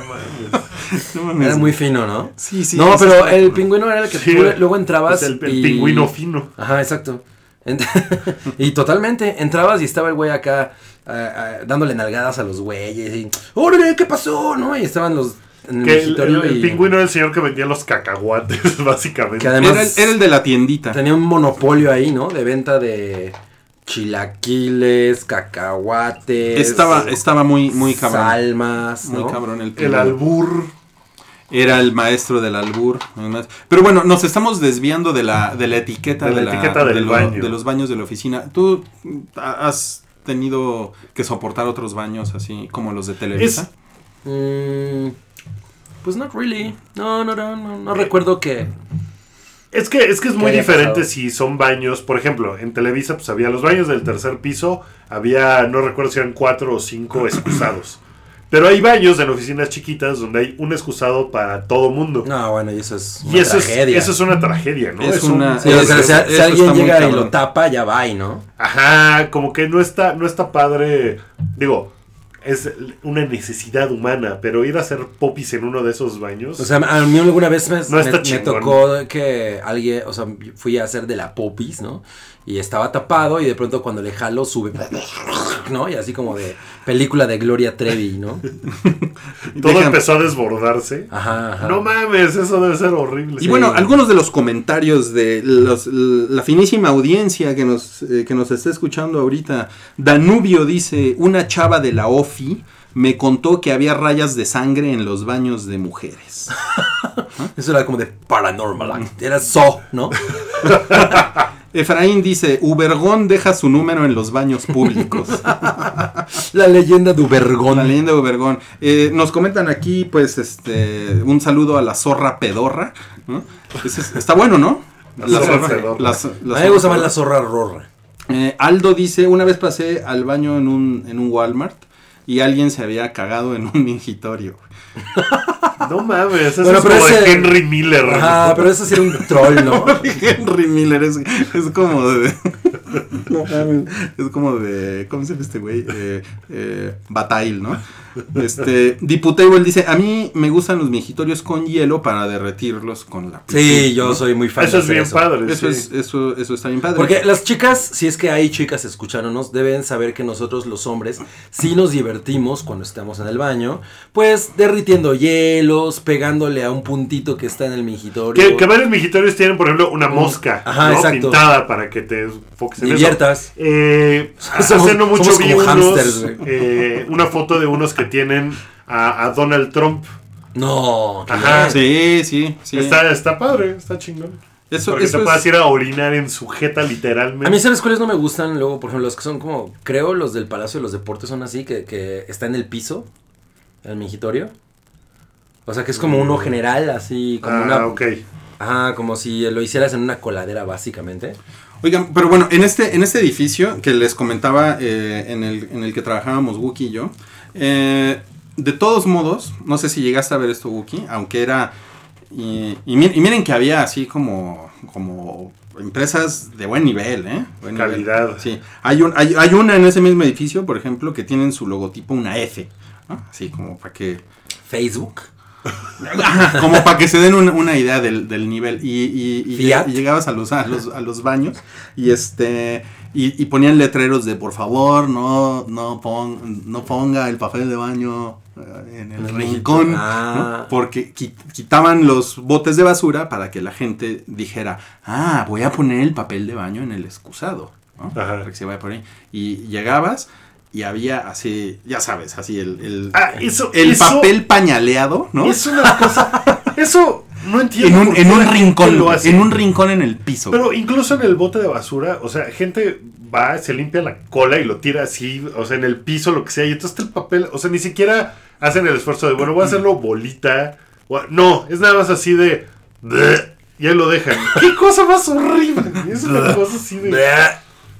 Speaker 3: mames.
Speaker 4: No mames.
Speaker 2: Era muy fino, ¿no?
Speaker 4: Sí, sí.
Speaker 2: no,
Speaker 4: ese
Speaker 2: pero
Speaker 4: está-
Speaker 2: el pingüino era el que
Speaker 3: Sí,
Speaker 2: tú luego entrabas.
Speaker 3: es el, el
Speaker 2: y-
Speaker 3: pingüino fino.
Speaker 2: Ajá, exacto. Ent- [laughs] y totalmente, entrabas y estaba el güey acá ah, ah, dándole nalgadas a los güeyes y ¡Órale, qué pasó! ¿No? Y estaban los en el
Speaker 3: Que el,
Speaker 2: migitorio
Speaker 3: el- el
Speaker 2: y-
Speaker 3: pingüino era el señor que vendía los cacahuates, [laughs] básicamente.
Speaker 2: Que además
Speaker 4: Era el, era el de la tiendita.
Speaker 2: tenía un monopolio ahí, ¿no? De venta de chilaquiles, cacahuates.
Speaker 4: Estaba, estaba muy, muy cabrón.
Speaker 2: Salmas,
Speaker 4: Muy
Speaker 2: ¿no?
Speaker 4: cabrón el
Speaker 3: El
Speaker 4: pingüino.
Speaker 3: albur.
Speaker 4: Era el maestro del albur. además. Pero bueno, nos estamos desviando de la, de la etiqueta,
Speaker 3: De la etiqueta del
Speaker 4: lo-
Speaker 3: baño.
Speaker 4: de los baños de la oficina. ¿Tú ha- has tenido que soportar otros baños así como los de Televisa?
Speaker 2: Mm, pues not really. No, no, no, no,
Speaker 4: Eh.
Speaker 2: no recuerdo que.
Speaker 3: Es que es, que es muy
Speaker 2: haya
Speaker 3: diferente
Speaker 2: pasado.
Speaker 3: si son baños. Por ejemplo, en Televisa pues había los baños del tercer piso. Había, no recuerdo si eran cuatro o cinco excusados. Pero hay baños en oficinas chiquitas donde hay un excusado para todo mundo.
Speaker 2: No, bueno, y eso es una
Speaker 3: y eso es,
Speaker 2: tragedia.
Speaker 3: eso es una tragedia, ¿no?
Speaker 4: Es
Speaker 3: un-
Speaker 4: una-
Speaker 2: Sí, o sea,
Speaker 4: Eso-
Speaker 2: si, si
Speaker 4: eso
Speaker 2: alguien
Speaker 4: está muy
Speaker 2: llega y
Speaker 4: cabrón.
Speaker 2: lo tapa, ya va, y ¿no?
Speaker 3: Ajá, como que no está, no está padre. Digo, es una necesidad humana, pero ir a hacer popis en uno de esos baños.
Speaker 2: O sea, a mí alguna vez me, me-
Speaker 3: está
Speaker 2: me
Speaker 3: chingón.
Speaker 2: tocó que alguien, o sea, fui a hacer de la popis, ¿no? Y estaba tapado y de pronto cuando le jalo sube, [laughs] ¿no? Y así como de película de Gloria Trevi, ¿no?
Speaker 3: todo
Speaker 4: Dejan-
Speaker 3: empezó a desbordarse.
Speaker 2: Ajá, ajá.
Speaker 3: No mames, eso debe ser horrible.
Speaker 4: Y bueno, algunos de los comentarios de los- la finísima audiencia que nos, eh, que nos está escuchando ahorita. Danubio dice, una chava de la OFI me contó que había rayas de sangre en los baños
Speaker 2: [laughs]
Speaker 4: de mujeres.
Speaker 2: Eso era como de paranormal. act- Era so, ¿no? [laughs]
Speaker 4: Efraín dice, Ubergón deja su número en los
Speaker 2: [laughs]
Speaker 4: baños públicos.
Speaker 2: La leyenda de
Speaker 4: La
Speaker 2: Ubergón.
Speaker 4: leyenda de Ubergón. Eh, nos comentan aquí, pues, este, un saludo a la zorra pedorra. ¿no? Ese es- está bueno, ¿no?
Speaker 3: La zorra pedorra.
Speaker 4: la zo- la
Speaker 2: A mí me gusta
Speaker 4: zorra
Speaker 2: más la zorra rorra.
Speaker 4: Eh, Aldo dice, una vez pasé al baño en un, en un Walmart y alguien se había cagado en un [laughs] mingitorio.
Speaker 3: No mames, eso
Speaker 2: Bueno,
Speaker 3: es
Speaker 2: pero
Speaker 3: como
Speaker 2: ese-
Speaker 3: de Henry Miller.
Speaker 2: Ajá, pero eso sí era un troll, ¿no?
Speaker 4: Henry Miller es, es como de... [laughs] No mames, es como de... ¿Cómo se llama este güey? Eh, eh, Bataille, ¿no? Este, Diputable dice, a mí me gustan los mingitorios con hielo para derretirlos con la piel.
Speaker 2: Sí, yo soy muy fan
Speaker 3: Eso
Speaker 2: de
Speaker 3: es
Speaker 2: hacer
Speaker 3: bien padre.
Speaker 4: Eso,
Speaker 3: sí.
Speaker 4: es, eso, eso está bien padre.
Speaker 2: Porque las chicas, si es que hay chicas escuchándonos, deben saber que nosotros los hombres sí nos divertimos cuando estamos en el baño, pues derritiendo hielos, pegándole a un puntito que está en el mingitorio.
Speaker 3: Que, que varios mijitorios tienen, por ejemplo, una mosca
Speaker 2: Ajá,
Speaker 3: ¿no?
Speaker 2: exacto.
Speaker 3: pintada para que te enfoques en
Speaker 2: Diviertas.
Speaker 3: eso.
Speaker 2: [laughs]
Speaker 3: Eh, hace
Speaker 2: Somos-
Speaker 3: no mucho
Speaker 2: somos
Speaker 3: vi
Speaker 2: como
Speaker 3: unos,
Speaker 2: hámsters, güey.
Speaker 3: eh, una foto de unos que tienen a, a Donald Trump.
Speaker 2: No, qué
Speaker 3: Ajá.
Speaker 2: bien.
Speaker 4: Sí, sí, sí.
Speaker 3: Está, está padre, está chingón.
Speaker 4: Eso-
Speaker 3: Porque
Speaker 4: eso
Speaker 3: te
Speaker 4: es-
Speaker 3: puedes ir a orinar en sujeta literalmente.
Speaker 2: A mí, ¿sabes cuáles no me gustan? Luego, por ejemplo, los que son como, creo, los del Palacio de los Deportes son así, que, que está en el piso, el mingitorio. O sea, que es como uno general, así, como
Speaker 3: ah,
Speaker 2: una
Speaker 3: ok.
Speaker 2: Ajá, como si lo hicieras en una coladera, básicamente.
Speaker 4: Oigan, pero bueno, en este, en este edificio que les comentaba eh, en, el, en el que trabajábamos Wookie y yo, eh, de todos modos, no sé si llegaste a ver esto Wookie, aunque era... Y, y mi- y miren que había así como, como empresas de buen nivel, ¿eh? Buen nivel.
Speaker 3: Calidad.
Speaker 4: Sí, hay, un, hay, hay una en ese mismo edificio, por ejemplo, que tiene en su logotipo una F, ¿no? Así como para que...
Speaker 2: Facebook.
Speaker 4: Ajá, [laughs] como para que se den una, una idea del, del nivel. Y, y- y
Speaker 2: Fiat.
Speaker 4: lleg- y llegabas a los, a los, a los baños y este y, y ponían letreros de por favor, no, no, pon- no ponga el papel de baño eh, en el
Speaker 2: En el
Speaker 4: rincón.
Speaker 2: rincón. Ah.
Speaker 4: ¿no? Porque qui- quitaban los botes de basura para que la gente dijera, ah, voy a poner el papel de baño en el excusado. ¿no?
Speaker 3: Ajá.
Speaker 4: Para que se vaya por ahí. Y llegabas y había así, ya sabes, así el, el,
Speaker 3: Ah, eso-
Speaker 4: el
Speaker 3: eso-
Speaker 4: papel pañaleado,
Speaker 3: [laughs]
Speaker 4: ¿no?
Speaker 3: Es una cosa. Eso no
Speaker 4: en
Speaker 3: entiendo.
Speaker 4: un,
Speaker 3: por qué
Speaker 4: en un
Speaker 3: la gente
Speaker 4: rincón,
Speaker 3: lo
Speaker 4: güey,
Speaker 3: hace.
Speaker 4: en un rincón en el piso.
Speaker 3: Pero incluso en el bote de basura, o sea, gente va, se limpia la cola y lo tira así, o sea, en el piso, lo que sea, y entonces el papel, o sea, ni siquiera hacen el esfuerzo de, bueno, voy a hacerlo bolita. o- no, es nada más así de. "Bleh", Y ahí lo
Speaker 4: [laughs]
Speaker 3: dejan. ¡Qué cosa más horrible! Es una cosa así de.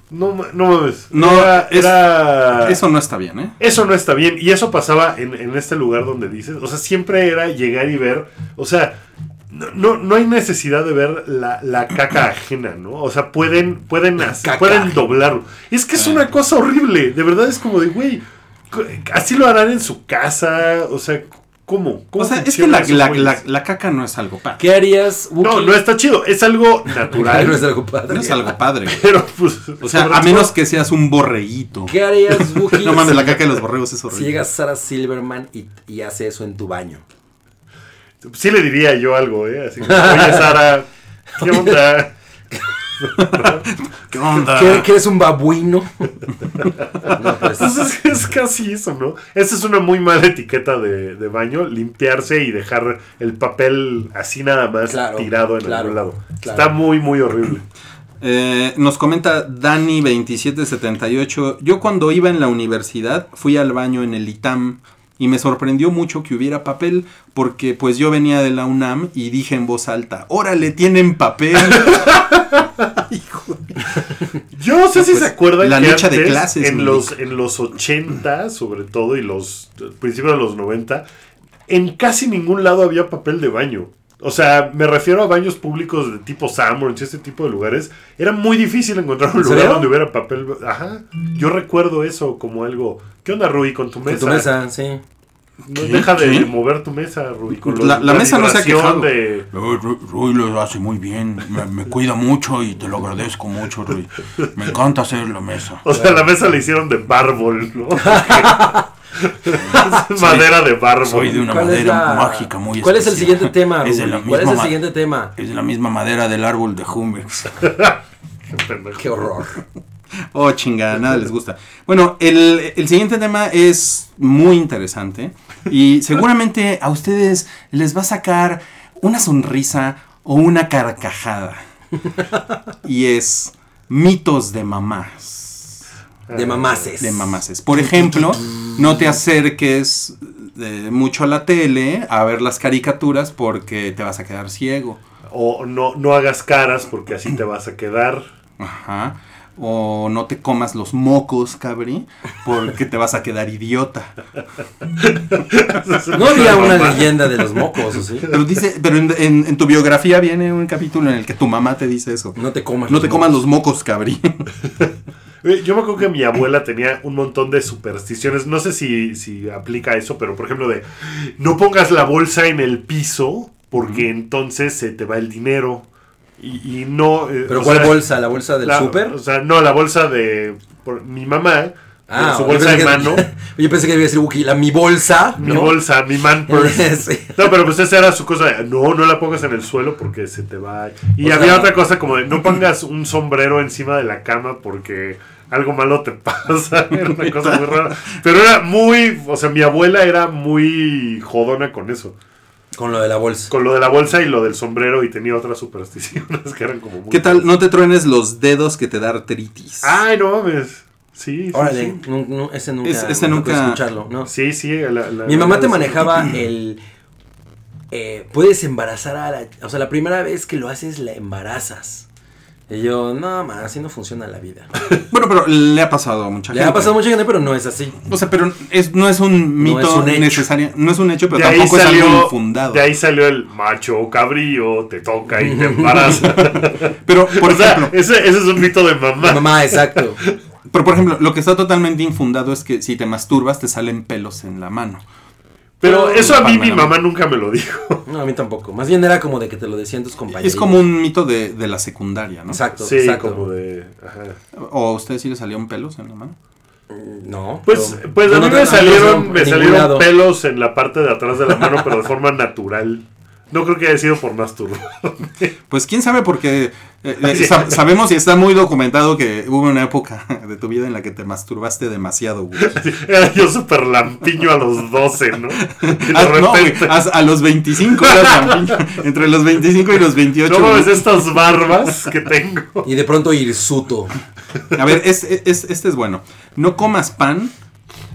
Speaker 3: No, ma- no mames.
Speaker 4: No,
Speaker 3: era,
Speaker 4: es-
Speaker 3: era-
Speaker 4: Eso no está bien, ¿eh?
Speaker 3: eso no está bien. Y eso pasaba en, en este lugar donde dices. O sea, siempre era llegar y ver. O sea, no, no, no hay necesidad de ver la, la caca ajena, ¿no? O sea, pueden, pueden, hacer-
Speaker 2: caca
Speaker 3: pueden
Speaker 2: ajena.
Speaker 3: doblarlo. Es que es
Speaker 4: Ah.
Speaker 3: una cosa horrible. De verdad es como de, güey, co- así lo harán en su casa. O sea, ¿cómo? ¿Cómo
Speaker 4: O sea, es que
Speaker 3: funciona
Speaker 4: la,
Speaker 3: eso,
Speaker 4: la-
Speaker 3: güey?
Speaker 4: la- la caca no es algo padre.
Speaker 2: ¿Qué harías? Wookie?
Speaker 3: No, no está chido. Es algo
Speaker 2: [laughs] No es
Speaker 3: natural.
Speaker 2: algo padre.
Speaker 4: [laughs] No es algo padre.
Speaker 3: pero pues.
Speaker 4: O sea,
Speaker 3: sobre
Speaker 4: a menos
Speaker 3: todo-
Speaker 4: que seas un borreguito.
Speaker 2: ¿Qué harías, Wookie?
Speaker 4: [laughs] No mames, la caca de los borregos es
Speaker 2: Si
Speaker 4: horrible.
Speaker 2: llega Sarah Silverman y, y hace eso en tu baño.
Speaker 3: Sí le diría yo algo, ¿eh?
Speaker 4: [laughs]
Speaker 3: Así como, oye, Sara, ¿qué onda?
Speaker 4: ¿Qué onda?
Speaker 2: ¿Qué, que eres un babuino? [laughs] No, pues,
Speaker 3: Entonces es casi eso, ¿no? Esa es una muy mala etiqueta de, de baño, limpiarse y dejar el papel así nada más
Speaker 2: Claro,
Speaker 3: tirado en
Speaker 2: claro,
Speaker 3: algún lado.
Speaker 2: claro.
Speaker 3: Está muy, muy horrible.
Speaker 4: Eh, nos comenta Dani2778. Yo cuando iba en la universidad fui al baño en el ITAM y me sorprendió mucho que hubiera papel porque pues yo venía de la UNAM y dije en voz alta, órale, tienen papel.
Speaker 3: Yo no sé si
Speaker 4: pues,
Speaker 3: se acuerdan
Speaker 4: la
Speaker 3: que
Speaker 4: lucha de
Speaker 3: antes,
Speaker 4: clases,
Speaker 3: en
Speaker 4: Milik.
Speaker 3: los, en los 80, sobre todo, y los principios de los 90, en casi ningún lado había papel de baño. O sea, me refiero a baños públicos de tipo Sanborns y este tipo de lugares. Era muy difícil encontrar un
Speaker 2: ¿En
Speaker 3: lugar
Speaker 2: serio?
Speaker 3: donde hubiera papel. Ajá. Yo recuerdo eso como algo. ¿Qué onda, Rui, con tu
Speaker 2: en tu mesa, sí.
Speaker 3: No,
Speaker 4: ¿Qué?
Speaker 3: deja de
Speaker 4: ¿Qué?
Speaker 3: mover tu mesa, Rui. con
Speaker 4: La-
Speaker 3: los-
Speaker 4: la mesa no se ha
Speaker 3: vibración
Speaker 4: quejado.
Speaker 3: de-
Speaker 5: Ruy, Ruy- Ruy lo hace muy bien, me, me cuida mucho y te lo agradezco mucho, Ruy. Me encanta hacer la mesa.
Speaker 3: O sea, la mesa la hicieron de mármol,
Speaker 4: [laughs]
Speaker 3: ¿no? [laughs] Es Madera de mármol.
Speaker 5: Soy de una
Speaker 2: ¿Cuál es
Speaker 5: madera
Speaker 2: la-
Speaker 5: mágica muy
Speaker 2: ¿Cuál es el
Speaker 5: especial.
Speaker 2: siguiente tema?
Speaker 5: Es de
Speaker 2: Rubí?
Speaker 5: la
Speaker 2: ¿Cuál es
Speaker 5: misma
Speaker 2: el
Speaker 5: ma-
Speaker 2: siguiente tema?
Speaker 5: Es de la misma madera del árbol de Humex.
Speaker 3: Pendejo.
Speaker 2: Qué
Speaker 3: [laughs]
Speaker 2: horror.
Speaker 4: Oh, chinga, nada les gusta. Bueno, el, el siguiente tema es muy interesante y seguramente a ustedes les va a sacar una sonrisa o una carcajada. Y es mitos de mamás.
Speaker 2: De
Speaker 3: Ah.
Speaker 2: mamaces.
Speaker 4: De mamases. Por ejemplo, no te acerques eh, mucho a la tele a ver las caricaturas porque te vas a quedar ciego.
Speaker 3: O no, no hagas caras porque así te vas a quedar.
Speaker 4: Ajá. O no te comas los mocos, cabrí, porque te vas a quedar idiota.
Speaker 2: [laughs] No había una leyenda de los mocos, ¿o sí?
Speaker 4: Pero dice, pero en, en- en tu biografía viene un capítulo en el que tu mamá te dice eso.
Speaker 2: No te comas.
Speaker 4: No te comas los mocos, cabrí.
Speaker 3: Eh, Yo me acuerdo que mi abuela tenía un montón de supersticiones. No sé si, si aplica eso, pero por ejemplo de no pongas la bolsa en el piso porque entonces se te va el dinero. Y, y no... eh,
Speaker 2: ¿Pero
Speaker 3: o
Speaker 2: cuál
Speaker 3: sea,
Speaker 2: bolsa? ¿La bolsa del
Speaker 3: la-
Speaker 2: súper?
Speaker 3: O sea, no, la bolsa de por- mi mamá, con su
Speaker 2: Ah, yo
Speaker 3: bolsa
Speaker 2: pensé
Speaker 3: de
Speaker 2: que- [laughs]
Speaker 3: mano,
Speaker 2: Yo pensé que debía decir Wookie, la mi bolsa.
Speaker 3: mi
Speaker 2: ¿no?
Speaker 3: bolsa, mi man
Speaker 2: [laughs]
Speaker 3: purse.
Speaker 2: Sí.
Speaker 3: No, pero pues esa era su cosa. de, No, no la pongas en el suelo porque se te va. Y
Speaker 2: O sea-
Speaker 3: había otra cosa como de no pongas un sombrero encima de la cama porque algo malo te [laughs] pasa. Era una cosa muy rara. Pero era muy. O sea, mi abuela era muy jodona con eso.
Speaker 2: Con lo de la bolsa.
Speaker 3: Con lo de la bolsa y lo del sombrero y tenía otras supersticiones [laughs] que eran como muy.
Speaker 4: ¿Qué tal? No te truenes los dedos que te da artritis.
Speaker 2: Ah.
Speaker 3: Ay, no mames. Sí, sí.
Speaker 2: Órale,
Speaker 3: sí.
Speaker 2: nu- nu- ese nunca.
Speaker 4: Es- ese
Speaker 2: me
Speaker 4: nunca-
Speaker 2: tocó escucharlo, ¿no?
Speaker 3: Sí, sí, la- la-
Speaker 2: Mi mamá
Speaker 3: la-
Speaker 2: te manejaba el. eh, puedes embarazar a la... O sea, la primera vez que lo haces, la embarazas. Y yo, no, man, así no funciona la vida.
Speaker 4: Bueno, pero le ha pasado a mucha
Speaker 2: Le
Speaker 4: gente.
Speaker 2: ha pasado a mucha gente, pero no es
Speaker 3: [laughs]
Speaker 2: así.
Speaker 4: O sea, pero es, no es un mito
Speaker 2: es un hecho.
Speaker 4: necesario. No es un hecho, pero
Speaker 3: De ahí,
Speaker 4: tampoco es algo
Speaker 3: salió,
Speaker 4: infundado.
Speaker 3: de ahí salió el macho cabrío, te toca
Speaker 4: [laughs]
Speaker 3: y te embaraza.
Speaker 4: Pero,
Speaker 2: [laughs]
Speaker 3: [laughs]
Speaker 4: por
Speaker 3: o sea,
Speaker 4: ejemplo,
Speaker 3: ese, ese es un mito de mamá.
Speaker 2: Mamá, exacto.
Speaker 4: pero, por ejemplo, lo que está totalmente infundado es que si te masturbas te salen pelos en la mano.
Speaker 3: Pero eso a mí
Speaker 4: Palma,
Speaker 3: mi
Speaker 4: la
Speaker 3: mamá nunca me
Speaker 2: [laughs]
Speaker 3: lo dijo.
Speaker 2: No, a mí tampoco. Más bien era como de que te lo decían tus compañeros.
Speaker 4: Es como un mito de, de la secundaria, ¿no?
Speaker 2: Exacto,
Speaker 3: Sí,
Speaker 2: exacto.
Speaker 3: como de... ajá.
Speaker 4: ¿O a ustedes sí les salieron pelos en la mano?
Speaker 2: No.
Speaker 3: Pues,
Speaker 2: yo-
Speaker 3: pues
Speaker 2: yo
Speaker 3: a
Speaker 2: no
Speaker 3: mí
Speaker 2: te-
Speaker 3: me
Speaker 2: no veo
Speaker 3: salieron,
Speaker 2: por
Speaker 3: me
Speaker 2: ningún
Speaker 3: salieron
Speaker 2: lado.
Speaker 3: pelos en la parte de atrás de la mano, pero de forma natural. No creo que haya sido por masturbarme.
Speaker 4: Pues quién sabe, porque eh, eh,
Speaker 3: Sí.
Speaker 4: sa- sabemos y está muy documentado que hubo una época [laughs] de tu vida en la que te masturbaste
Speaker 3: [laughs]
Speaker 4: demasiado, güey.
Speaker 3: [laughs] Era yo súper lampiño a los 12, ¿no? Y de
Speaker 4: Ah, no, güey,
Speaker 3: repente...
Speaker 4: a, a los 25
Speaker 3: [laughs]
Speaker 4: eras lampiño. Entre los 25 y los 28.
Speaker 3: No mames,
Speaker 4: güey.
Speaker 3: estas barbas que tengo.
Speaker 2: Y de pronto hirsuto.
Speaker 4: A ver, es- es- este es bueno. No comas pan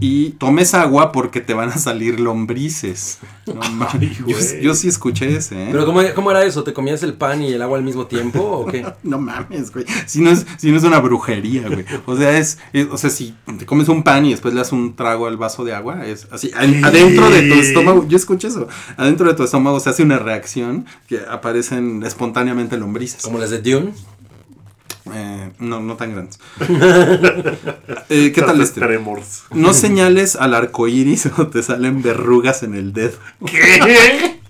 Speaker 4: y tomes agua porque te van a salir lombrices.
Speaker 3: [laughs]
Speaker 4: No mames. yo,
Speaker 3: güey.
Speaker 4: yo sí escuché ese, ¿eh?
Speaker 2: ¿Pero cómo, cómo era eso? ¿Te comías el pan y el agua al mismo tiempo o qué?
Speaker 4: No mames, güey. Si no es, si no es una brujería, güey. O sea, es, es- O sea, si te comes un pan y después le das un trago al vaso de agua, es así. al- Adentro de tu estómago. Yo escuché eso. Adentro de tu estómago se hace una reacción que aparecen espontáneamente lombrices.
Speaker 2: Como las de Dune.
Speaker 4: Eh, no, no tan grandes. Eh, ¿Qué tal este?
Speaker 3: Tremors.
Speaker 4: No señales al arco iris o te salen verrugas en el dedo. [laughs]
Speaker 3: ¿Qué?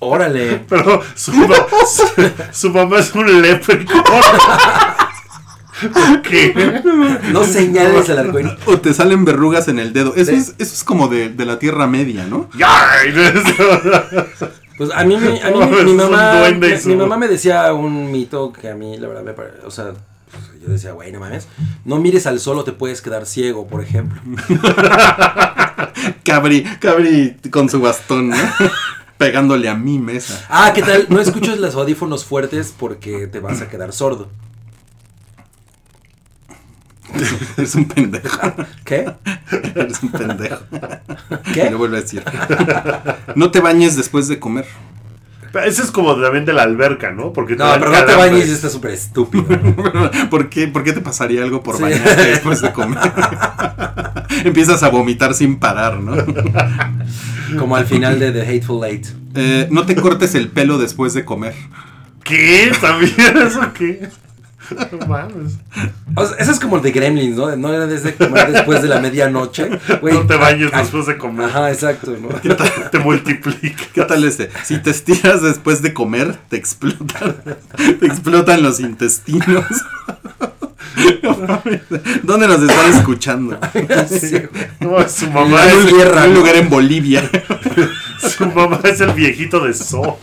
Speaker 2: Órale.
Speaker 3: Pero su, ma- su- su mamá es un leprechaun. ¿Qué? [laughs]
Speaker 2: No señales al arcoíris.
Speaker 4: O te salen verrugas en el dedo. Eso,
Speaker 2: Sí.
Speaker 4: es, eso es como de, de la Tierra Media, ¿no?
Speaker 3: Ay, no es-
Speaker 2: Pues a mí, me- a mí
Speaker 3: [laughs] No,
Speaker 2: mi-
Speaker 3: es
Speaker 2: mi,
Speaker 3: un
Speaker 2: mamá,
Speaker 3: duende y
Speaker 2: mi-
Speaker 3: su-
Speaker 2: mi mamá me decía un mito que a mí la verdad me pare- O sea, pues, yo decía, güey, no mames. No mires al sol o te puedes quedar ciego, por ejemplo.
Speaker 4: Cabri, Cabri con su bastón, ¿no? [laughs] Pegándole a mi mesa.
Speaker 2: Ah, ¿qué tal? No escuches los audífonos fuertes porque te vas a quedar sordo.
Speaker 4: Eres un pendejo.
Speaker 2: ¿Qué?
Speaker 4: Eres un pendejo. Y
Speaker 2: ¿Qué?
Speaker 4: lo vuelvo a decir. No te bañes después de comer. [laughs]
Speaker 3: Pero Ese es como también de la alberca, ¿no? Porque
Speaker 2: No,
Speaker 3: dan
Speaker 2: pero no te
Speaker 3: calambres.
Speaker 2: bañes, está súper estúpido.
Speaker 4: ¿Por qué, por qué te pasaría algo por
Speaker 2: Sí.
Speaker 4: bañarte después de comer? [laughs] Empiezas a vomitar sin parar, ¿no?
Speaker 2: Como al final de The Hateful Eight.
Speaker 4: Eh, no te cortes el pelo después de comer.
Speaker 3: ¿Qué? ¿También eso qué? No mames.
Speaker 2: O sea, eso es como el de Gremlins, ¿no? No era desde comer después de la medianoche. Güey,
Speaker 3: no te bañes
Speaker 2: ah,
Speaker 3: después de comer.
Speaker 2: Ajá, exacto,
Speaker 3: [laughs]
Speaker 2: ¿no?
Speaker 3: ¿Qué tal? Te multiplica.
Speaker 4: ¿Qué tal este? Si te estiras después de comer, te explotan, [laughs] te explotan los intestinos. [laughs] No mames. ¿Dónde nos están escuchando?
Speaker 2: [laughs] Sí, güey.
Speaker 3: No, su mamá
Speaker 4: En un
Speaker 3: es,
Speaker 4: lugar- en un lugar en Bolivia.
Speaker 3: su mamá es el viejito de So.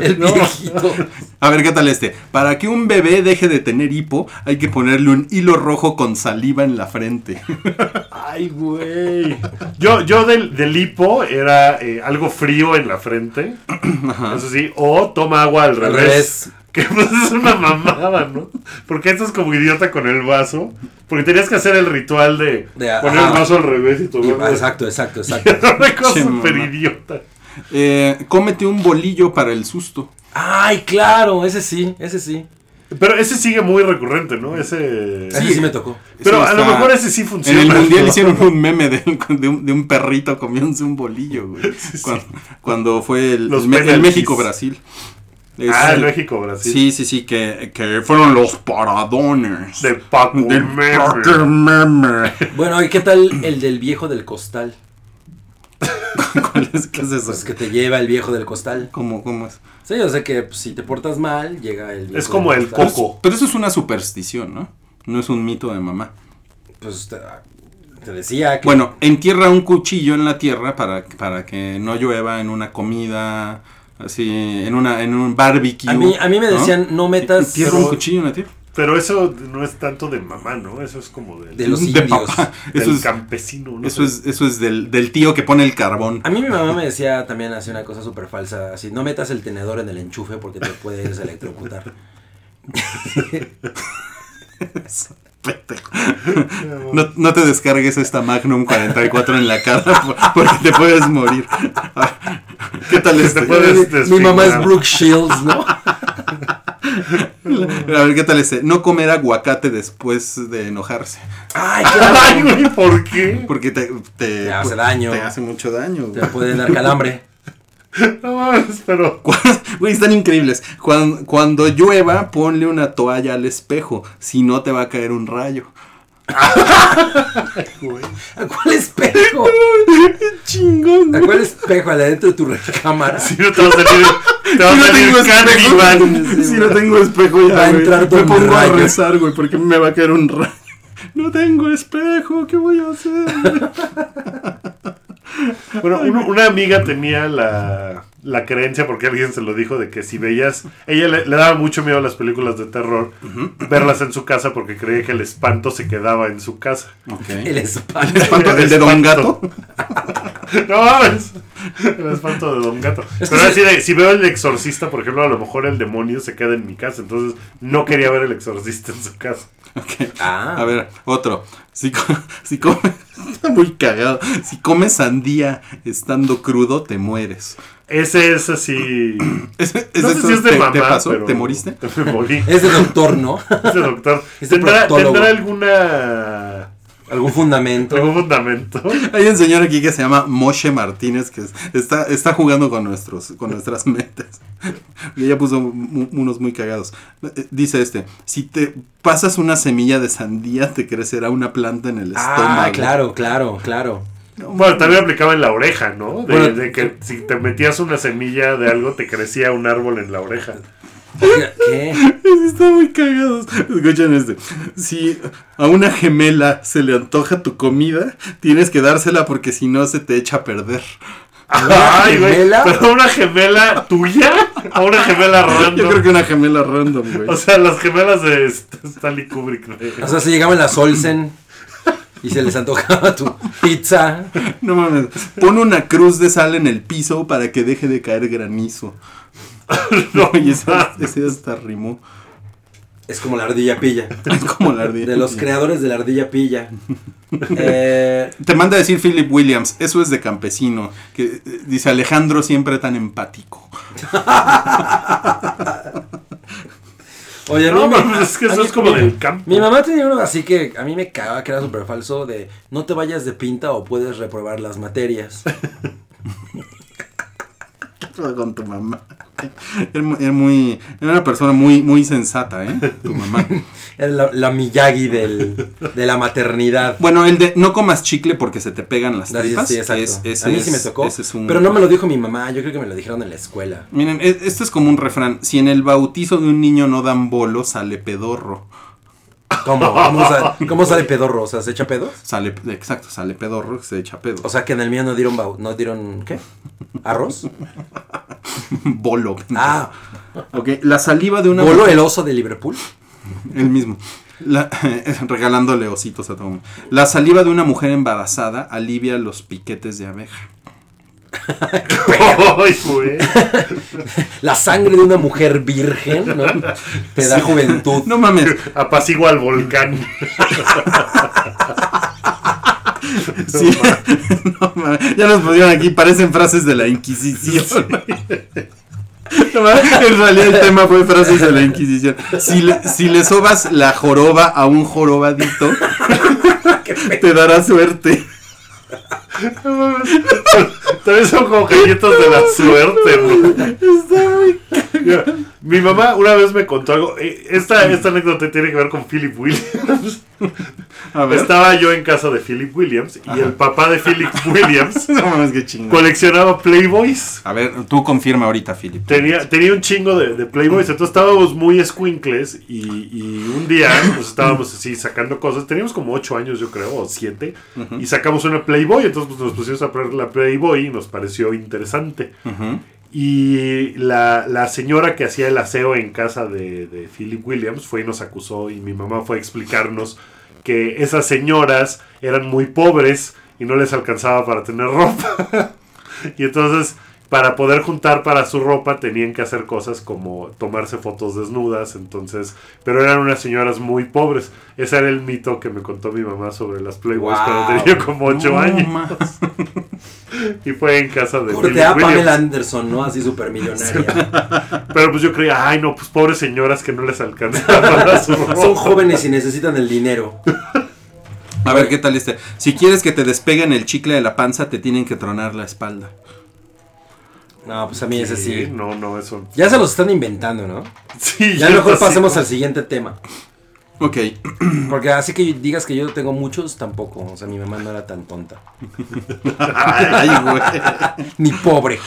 Speaker 2: el viejito.
Speaker 4: A ver, ¿qué tal este? Para que un bebé deje de tener hipo, hay que ponerle un hilo rojo con saliva en la frente.
Speaker 3: Ay, güey. Yo, yo del, del hipo era eh, algo frío en la frente. Eso sí. O toma agua al revés.
Speaker 2: revés.
Speaker 3: [laughs] Que pues es una mamada, ¿no? Porque esto es como idiota con el vaso. Porque tenías que hacer el ritual de,
Speaker 2: De, ajá.
Speaker 3: poner el vaso al revés y tomar.
Speaker 2: ah, Exacto, exacto, exacto.
Speaker 3: [laughs] Era una cosa
Speaker 4: Che, mamá.
Speaker 3: súper idiota.
Speaker 4: Eh, cómete un bolillo para el susto.
Speaker 2: Ay, claro, ese sí, ese sí.
Speaker 3: Pero ese sigue muy recurrente, ¿no? Ese.
Speaker 2: Ese sí me tocó.
Speaker 3: Pero
Speaker 4: Sí,
Speaker 3: a lo
Speaker 4: está-
Speaker 3: mejor ese sí
Speaker 4: En
Speaker 3: funciona.
Speaker 4: el
Speaker 3: [laughs]
Speaker 4: mundial
Speaker 3: ¿no?
Speaker 4: hicieron un meme de, de un, de un perrito comiéndose un bolillo, güey. Cuando, cuando fue el,
Speaker 3: Los
Speaker 4: el Me- el
Speaker 3: penaltis.
Speaker 4: México-Brasil. Es
Speaker 3: Ah,
Speaker 4: el-
Speaker 3: en México, Brasil.
Speaker 4: Sí, sí, sí, que, que fueron los paradones.
Speaker 3: De Paco
Speaker 4: del
Speaker 3: Meme.
Speaker 4: Paco Meme. [laughs]
Speaker 2: Bueno, ¿y qué tal el del viejo del costal?
Speaker 4: ¿Cuál es? ¿Qué es eso?
Speaker 2: Pues que te lleva el viejo del costal.
Speaker 4: ¿Cómo, cómo es?
Speaker 2: Sí, o sea que pues, si te portas mal, llega el viejo
Speaker 3: Es como
Speaker 2: del
Speaker 3: el
Speaker 2: costal.
Speaker 3: coco.
Speaker 4: Pero eso es una superstición, ¿no? No es un mito de mamá.
Speaker 2: Pues te, te decía que.
Speaker 4: Bueno, entierra un cuchillo en la tierra para, para que no llueva en una comida, así, en una en un barbecue.
Speaker 2: A mí, a mí me
Speaker 4: ¿no?
Speaker 2: decían, no, metas.
Speaker 4: Entierra un
Speaker 3: Pero-
Speaker 4: cuchillo en la tierra.
Speaker 3: Pero eso no es tanto de mamá, ¿no? Eso es como del,
Speaker 2: De los
Speaker 4: [laughs] De
Speaker 2: indios.
Speaker 4: papá.
Speaker 3: del
Speaker 4: Eso es,
Speaker 3: campesino, ¿no?
Speaker 4: eso es, eso es del, del tío que pone el carbón.
Speaker 2: A mí mi mamá me decía también así una cosa súper falsa, así, no metas el tenedor en el
Speaker 3: [laughs]
Speaker 2: enchufe porque te puedes electrocutar.
Speaker 4: Pendejo. No, no te descargues esta Magnum 44 en la cara [laughs] por- porque te puedes morir. [laughs] ¿Qué tal
Speaker 3: Te
Speaker 4: este? [laughs]
Speaker 3: puedes
Speaker 2: Mi mamá es
Speaker 3: desfigurar.
Speaker 2: Brooke Shields,
Speaker 3: [laughs]
Speaker 2: ¿no?
Speaker 4: A ver, ¿qué tal este? No comer aguacate después de enojarse.
Speaker 2: Ay,
Speaker 3: Ay, güey, ¿por qué?
Speaker 4: Porque te, te, pues,
Speaker 2: Te hace daño.
Speaker 4: Te hace mucho daño.
Speaker 2: Te
Speaker 4: güey.
Speaker 2: pueden dar calambre.
Speaker 3: No mames, pero.
Speaker 4: [laughs] Güey, están increíbles. Cuando, cuando llueva, ponle una toalla al espejo. Si no, te va a caer un rayo.
Speaker 2: ¿A cuál espejo?
Speaker 3: [laughs]
Speaker 4: Chingón.
Speaker 2: ¿A cuál espejo? ¿Al de adentro de tu recámara?
Speaker 3: Si no te va a salir. Te
Speaker 4: Ah,
Speaker 3: va a salir [laughs] Candyman.
Speaker 4: [laughs] Si no tengo espejo, ya
Speaker 2: Va a
Speaker 4: güey.
Speaker 2: entrar
Speaker 4: me
Speaker 2: Don
Speaker 4: pongo [laughs] a
Speaker 2: Rayo.
Speaker 4: rezar, güey, porque me va a caer un rayo. No tengo espejo, ¿qué voy a hacer?
Speaker 3: [laughs] Bueno, uno- una amiga tenía la, la creencia, porque alguien se lo dijo, de que si veías. Ella le, le daba mucho miedo a las películas de terror, verlas en su casa, porque creía que el espanto se quedaba en su casa.
Speaker 2: El espanto.
Speaker 4: Espanto, el de Don Gato. [laughs]
Speaker 3: espanto. [laughs] No mames. El espanto de Don Gato.
Speaker 2: Es que
Speaker 3: Pero
Speaker 2: sí.
Speaker 3: así de, si veo el exorcista, por ejemplo, a lo mejor el demonio se queda en mi casa. Entonces no quería ver el exorcista en su casa.
Speaker 4: Ok.
Speaker 2: Ah.
Speaker 4: A ver, otro. Si, co- [laughs] si comes. Está muy cagado. Si comes sandía estando crudo, te mueres.
Speaker 3: Ese es
Speaker 2: [clears throat]
Speaker 3: así.
Speaker 4: ¿Es,
Speaker 3: no sé si es de
Speaker 4: te,
Speaker 3: mamá.
Speaker 4: ¿Te pasó?
Speaker 3: pero-
Speaker 4: ¿Te moriste?
Speaker 3: [laughs] Me morí.
Speaker 2: [laughs] Es de doctor,
Speaker 4: [laughs]
Speaker 2: ¿no?
Speaker 3: Ese doctor.
Speaker 2: [laughs] Es de
Speaker 3: ¿Tendrá,
Speaker 2: proctólogo.
Speaker 3: ¿Tendrá alguna.
Speaker 2: ¿Algún fundamento? [laughs]
Speaker 3: algún fundamento?
Speaker 4: Hay un señor aquí que se llama Moshe Martínez que es- está, está jugando con, nuestros, con nuestras metas. Y ella puso mu- unos muy cagados. Eh, Dice este, si te pasas una semilla de sandía te crecerá una planta en el estómago.
Speaker 2: Ah, claro, claro, claro.
Speaker 3: Bueno, también aplicaba en la oreja, ¿no? De,
Speaker 2: Bueno,
Speaker 3: de que si te metías una semilla de algo, te crecía un árbol en la oreja.
Speaker 2: ¿Qué?
Speaker 4: [laughs] Está muy cagados. Escuchen este. Si a una gemela se le antoja tu comida, tienes que dársela porque si no se te echa a perder.
Speaker 2: ¿Una gemela?
Speaker 3: ¿Pero una gemela tuya? ¿A
Speaker 2: [laughs]
Speaker 3: una gemela random?
Speaker 4: Yo creo que una gemela random, güey.
Speaker 3: O sea, las gemelas de St- Stanley Kubrick.
Speaker 4: [laughs]
Speaker 2: O
Speaker 3: güey.
Speaker 2: sea, se llegaban las Olsen y se les antojaba tu pizza.
Speaker 4: No mames. Pon una cruz de sal en el piso para que deje de caer granizo.
Speaker 3: No, [laughs]
Speaker 4: [laughs] Oye, ese, ese hasta rimó.
Speaker 2: Es como la ardilla pilla.
Speaker 4: Es como la ardilla.
Speaker 2: De los creadores de la ardilla pilla. Eh,
Speaker 4: Te manda a decir Philip Williams, eso es de campesino. Que eh, dice Alejandro siempre tan empático. [laughs]
Speaker 2: oye, a mí
Speaker 3: No,
Speaker 2: me-
Speaker 3: mames, es que
Speaker 2: a
Speaker 3: eso
Speaker 2: mí-
Speaker 3: es como
Speaker 2: mi-
Speaker 3: del campo.
Speaker 2: Mi mamá tenía uno así que a mí me cagaba que era súper falso de no te vayas de pinta o puedes reprobar las materias.
Speaker 4: Con tu mamá. Era mu- era muy, era una persona muy, muy sensata, ¿eh?
Speaker 2: [laughs]
Speaker 4: Tu mamá.
Speaker 2: Era la, la Miyagi del, de la maternidad.
Speaker 4: Bueno, el de no comas chicle porque se te pegan las
Speaker 2: Así es,
Speaker 4: tripas.
Speaker 2: sí, exacto.
Speaker 4: es- ese
Speaker 2: a mí sí
Speaker 4: es-
Speaker 2: me tocó.
Speaker 4: ese es un-
Speaker 2: Pero no me lo dijo mi mamá, yo creo que me lo dijeron en la escuela.
Speaker 4: Miren, e- esto es como un refrán. Si en el bautizo de un niño no dan bolo, sale pedorro.
Speaker 2: ¿Cómo? ¿Cómo, sa- cómo sale pedorro? O sea, ¿se echa pedos?
Speaker 4: Sale, exacto, sale pedorro, se echa pedo.
Speaker 2: O sea, que en el mío no dieron, bau- no dieron, ¿qué?
Speaker 4: [laughs]
Speaker 2: ¿Arroz?
Speaker 4: bolo.
Speaker 2: Ah,
Speaker 4: Ok, la saliva de una
Speaker 2: ¿Bolo el oso de Liverpool?
Speaker 4: El mismo. La- [laughs] regalándole ositos a todo mundo. La saliva de una mujer embarazada alivia los piquetes de abeja.
Speaker 3: Ay, güey.
Speaker 2: La sangre de una mujer virgen, ¿no? Te da juventud.
Speaker 4: [laughs] No mames,
Speaker 3: [laughs] Apacigua al volcán.
Speaker 4: sí. [laughs] No mames, ya nos pusieron aquí, parecen frases de la Inquisición. [laughs] No mames, En realidad el tema fue frases de la Inquisición. Si le, si le sobas la joroba a un jorobadito, te dará suerte.
Speaker 3: También son como galletas de la suerte, güey. Mira, Mi mamá una vez me contó algo. Eh, Esta, esta anécdota tiene que ver con Philip Williams.
Speaker 4: [laughs] A ver.
Speaker 3: Estaba yo en casa de Philip Williams y el papá de Philip Williams
Speaker 4: [laughs] No mames, qué chingón.
Speaker 3: coleccionaba Playboys.
Speaker 4: A ver, tú confirma ahorita, Philip.
Speaker 3: Tenía, tenía un chingo de, de Playboys, entonces estábamos muy escuincles y, y un día pues estábamos así sacando cosas, teníamos como 8 años yo creo, o 7, y sacamos una Playboy, entonces pues, nos pusimos a probar la Playboy y nos pareció interesante. Y la, la señora que hacía el aseo en casa de, de Philip Williams fue y nos acusó y mi mamá fue a explicarnos que esas señoras eran muy pobres [laughs] y no les alcanzaba para tener ropa. Y entonces para poder juntar para su ropa tenían que hacer cosas como tomarse fotos desnudas, entonces, pero eran unas señoras muy pobres. Ese era el mito que me contó mi mamá sobre las Playboys
Speaker 2: Wow.
Speaker 3: cuando tenía como 8
Speaker 4: No,
Speaker 3: años.
Speaker 4: ma.
Speaker 3: Y fue en casa de Billy
Speaker 2: Corte a
Speaker 3: Williams.
Speaker 2: Pamela Anderson, ¿no? Así supermillonaria.
Speaker 3: Pero pues yo creía, ay no, pues pobres señoras que no les alcanzaba [laughs] para su ropa.
Speaker 2: Son jóvenes y necesitan el dinero.
Speaker 4: A ver qué tal este. Si quieres que te despeguen el chicle de la panza, te tienen que tronar la espalda.
Speaker 2: No, pues a mí es
Speaker 3: Sí,
Speaker 2: así.
Speaker 3: No, no, eso.
Speaker 2: Ya se los están inventando, ¿no?
Speaker 3: Sí,
Speaker 2: Ya
Speaker 3: yo
Speaker 2: mejor
Speaker 3: así-
Speaker 2: pasemos al siguiente tema.
Speaker 4: Ok.
Speaker 2: Porque así que digas que yo tengo muchos, tampoco. O sea, mi mamá no era tan tonta.
Speaker 4: [laughs] Ay, güey.
Speaker 2: Ni
Speaker 4: [laughs]
Speaker 2: pobre.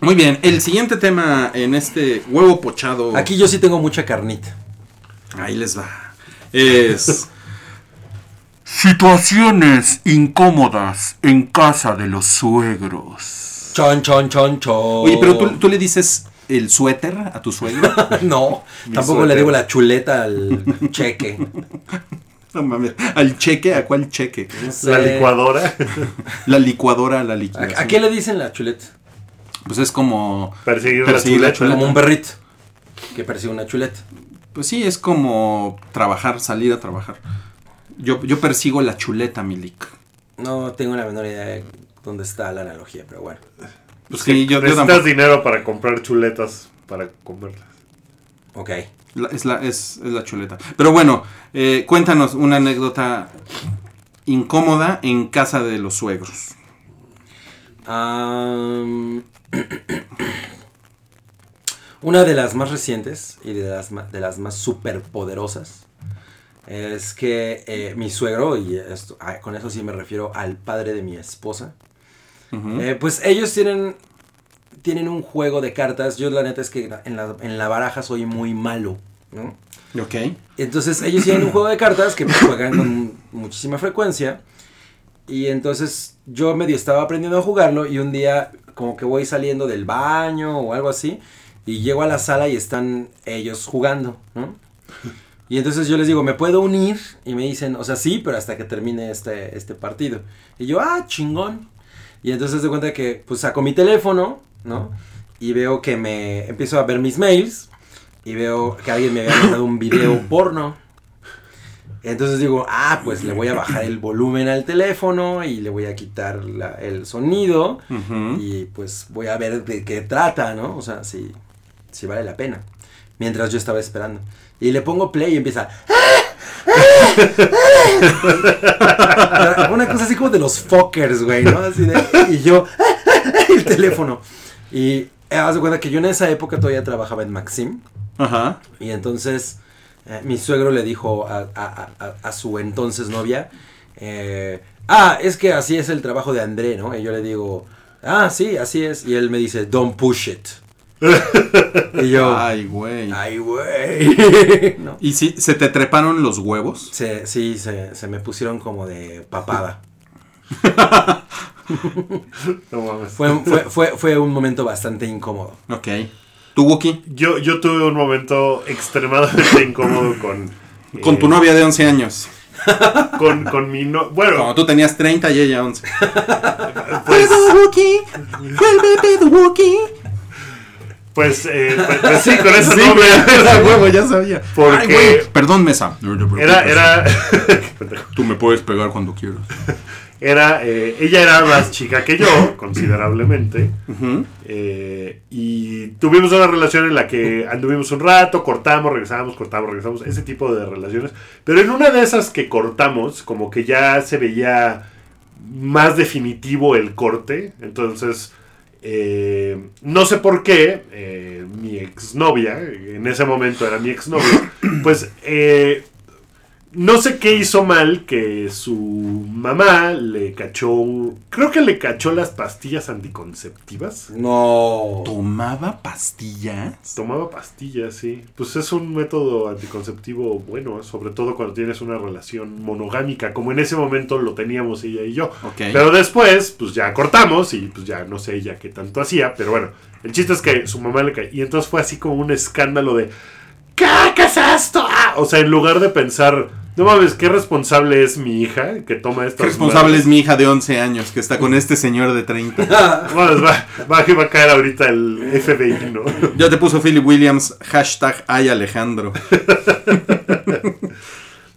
Speaker 4: Muy bien, el siguiente tema en este huevo pochado.
Speaker 2: Aquí yo sí tengo mucha carnita.
Speaker 4: Ahí les va. Es.
Speaker 5: Situaciones incómodas en casa de los suegros.
Speaker 2: Chon, chon, chon, chon.
Speaker 4: Oye, pero
Speaker 2: Oh.
Speaker 4: tú, tú le dices el suéter a tu suegro.
Speaker 2: [laughs] No, tampoco le
Speaker 4: suéter.
Speaker 2: digo la chuleta al cheque.
Speaker 4: No mames. ¿Al cheque? ¿A cuál cheque?
Speaker 2: No sé.
Speaker 3: La licuadora. [laughs]
Speaker 4: La licuadora a la
Speaker 2: ¿A,
Speaker 4: liquidación.
Speaker 2: a qué le dicen la chuleta?
Speaker 4: Pues es como.
Speaker 3: Perseguir,
Speaker 4: Perseguir
Speaker 3: la
Speaker 4: la
Speaker 3: chuleta.
Speaker 2: Como un perrito que persigue una chuleta.
Speaker 4: Pues sí, es como trabajar, salir a trabajar. Yo, yo persigo la chuleta, Milik.
Speaker 2: No tengo la menor idea de dónde está la analogía, pero bueno.
Speaker 4: Pues sí, yo, yo
Speaker 3: Necesitas
Speaker 4: tampoco.
Speaker 3: dinero para comprar chuletas para comerlas.
Speaker 2: Ok.
Speaker 4: La- es, la, es, es la chuleta. Pero bueno, eh, cuéntanos una anécdota incómoda en casa de los suegros.
Speaker 2: Am, [clears throat] una de las más recientes y de las, ma- de las más superpoderosas es que eh, mi suegro, y esto, ah, con eso sí me refiero al padre de mi esposa, Eh, pues ellos tienen, tienen un juego de cartas. Yo la neta es que en la, en la baraja soy muy malo, ¿no?
Speaker 4: Ok.
Speaker 2: Entonces ellos tienen un juego de cartas que juegan con muchísima frecuencia. Y entonces yo medio estaba aprendiendo a jugarlo y un día como que voy saliendo del baño o algo así. Y llego a la sala y están ellos jugando, ¿no? Y entonces yo les digo, ¿me puedo unir? Y me dicen, o sea, sí, pero hasta que termine este, este partido. Y yo, ah, chingón. Y entonces de cuenta que, pues saco mi teléfono, ¿no? Y veo que me empiezo a ver mis mails y veo que alguien me había mandado un video porno. Entonces digo, ah, pues le voy a bajar el volumen al teléfono y le voy a quitar la- el sonido
Speaker 4: Ujú.
Speaker 2: y pues voy a ver de qué trata, ¿no? O sea, si, si vale la pena. Mientras yo estaba esperando. Y le pongo play y empieza... Una cosa así como de los fuckers, güey, ¿no? Así de... Y yo... [laughs] El teléfono. Y eh, haz de cuenta que yo en esa época todavía trabajaba en Maxim.
Speaker 4: Ajá.
Speaker 2: Y entonces eh, mi suegro le dijo a, a- a- a- a su entonces novia, eh, ah, es que así es el trabajo de André, ¿no? Y yo le digo, ah, sí, así es. Y él me dice, don't push it. y yo,
Speaker 4: [laughs] Ay, güey.
Speaker 2: ay, güey. [laughs] No.
Speaker 4: ¿Y si se te treparon los huevos?
Speaker 2: Se- sí, se, se me pusieron como de papada.
Speaker 3: No mames.
Speaker 2: Fue, fue, fue, fue un momento bastante incómodo.
Speaker 4: Ok. ¿Tú, Wookie?
Speaker 3: Yo, yo tuve un momento extremadamente incómodo con. eh,
Speaker 4: Con tu novia de 11 años.
Speaker 3: Con, con mi no.
Speaker 4: Cuando
Speaker 3: Bueno,
Speaker 4: tú tenías 30 y ella 11.
Speaker 3: [laughs] pues.
Speaker 4: Wookie! ¡Vuélvete de Wookie!
Speaker 3: Pues, eh, pues- pues
Speaker 4: [laughs]
Speaker 3: sí, con esa
Speaker 4: Sí, güey,
Speaker 3: novia.
Speaker 4: era huevo, ya sabía.
Speaker 3: Porque-
Speaker 4: Ay, güey, Perdón, mesa.
Speaker 3: Era, era, [laughs]
Speaker 4: Tú me puedes pegar cuando quieras.
Speaker 3: era, eh, ella era más chica que yo, considerablemente. Eh, y tuvimos una relación en la que anduvimos un rato, cortamos, regresamos, cortamos, regresamos, ese tipo de relaciones. Pero en una de esas que cortamos, como que ya se veía más definitivo el corte. Entonces, eh, no sé por qué eh, mi exnovia, en ese momento era mi exnovia, pues eh, no sé qué hizo mal que su mamá le cachó, un- creo que le cachó las pastillas anticonceptivas.
Speaker 2: No.
Speaker 4: ¿Tomaba pastillas?
Speaker 3: Tomaba pastillas, sí. Pues es un método anticonceptivo bueno, ¿eh? sobre todo cuando tienes una relación monogámica, como en ese momento lo teníamos ella y yo.
Speaker 4: Ok.
Speaker 3: Pero después, pues ya cortamos y pues ya no sé ella qué tanto hacía, pero bueno, el chiste es que su mamá le cae. Y entonces fue así como un escándalo de... ¿Qué? ¿Qué es esto? ¡Ah! Ajá, o sea, en lugar de pensar, no mames, qué responsable es mi hija que toma estas
Speaker 4: Qué responsable es
Speaker 3: madres?
Speaker 4: mi hija de 11 años que está con este señor de 30.
Speaker 3: No mames, [laughs] va, va, que va a caer ahorita el FBI, ¿no?
Speaker 4: [laughs] Ya te puso Philip Williams, hashtag ay Alejandro.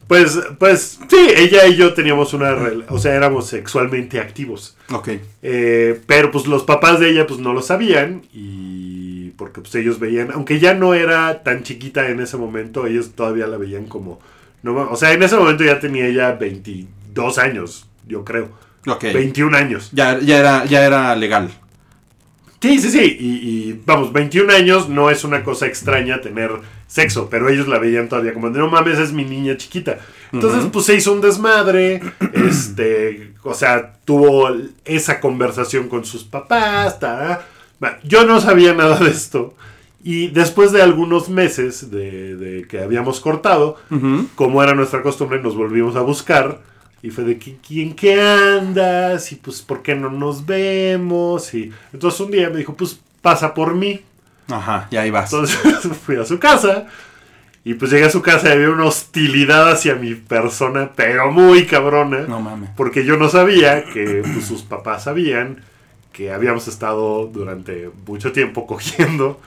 Speaker 3: Pues, pues, sí, ella y yo teníamos una, rela- o sea, éramos sexualmente activos.
Speaker 4: Ok.
Speaker 3: Eh, pero pues los papás de ella pues no lo sabían y porque pues ellos veían, aunque ya no era tan chiquita en ese momento, ellos todavía la veían como, no, ma- o sea, en ese momento ya tenía ella 22 años, yo creo,
Speaker 4: Ok.
Speaker 3: 21 años.
Speaker 4: Ya, ya, era, ya era legal.
Speaker 3: Sí, sí, sí, y, y, vamos, 21 años no es una cosa extraña tener sexo, pero ellos la veían todavía como, no mames, es mi niña chiquita. Entonces, pues se hizo un desmadre, este, o sea, tuvo esa conversación con sus papás, tará. Bueno, Yo no sabía nada de esto, y después de algunos meses de, de que habíamos cortado, como era nuestra costumbre, nos volvimos a buscar. Y fue de "¿Qui- ¿quién qué andas? Y pues, ¿por qué no nos vemos? Y entonces un día me dijo, pues pasa por mí.
Speaker 4: Ajá, ya ahí vas.
Speaker 3: Entonces [laughs] fui a su casa. Y pues llegué a su casa y había una hostilidad hacia mi persona, pero muy cabrona.
Speaker 5: No mames.
Speaker 3: Porque yo no sabía que pues, sus papás sabían que habíamos estado durante mucho tiempo cogiendo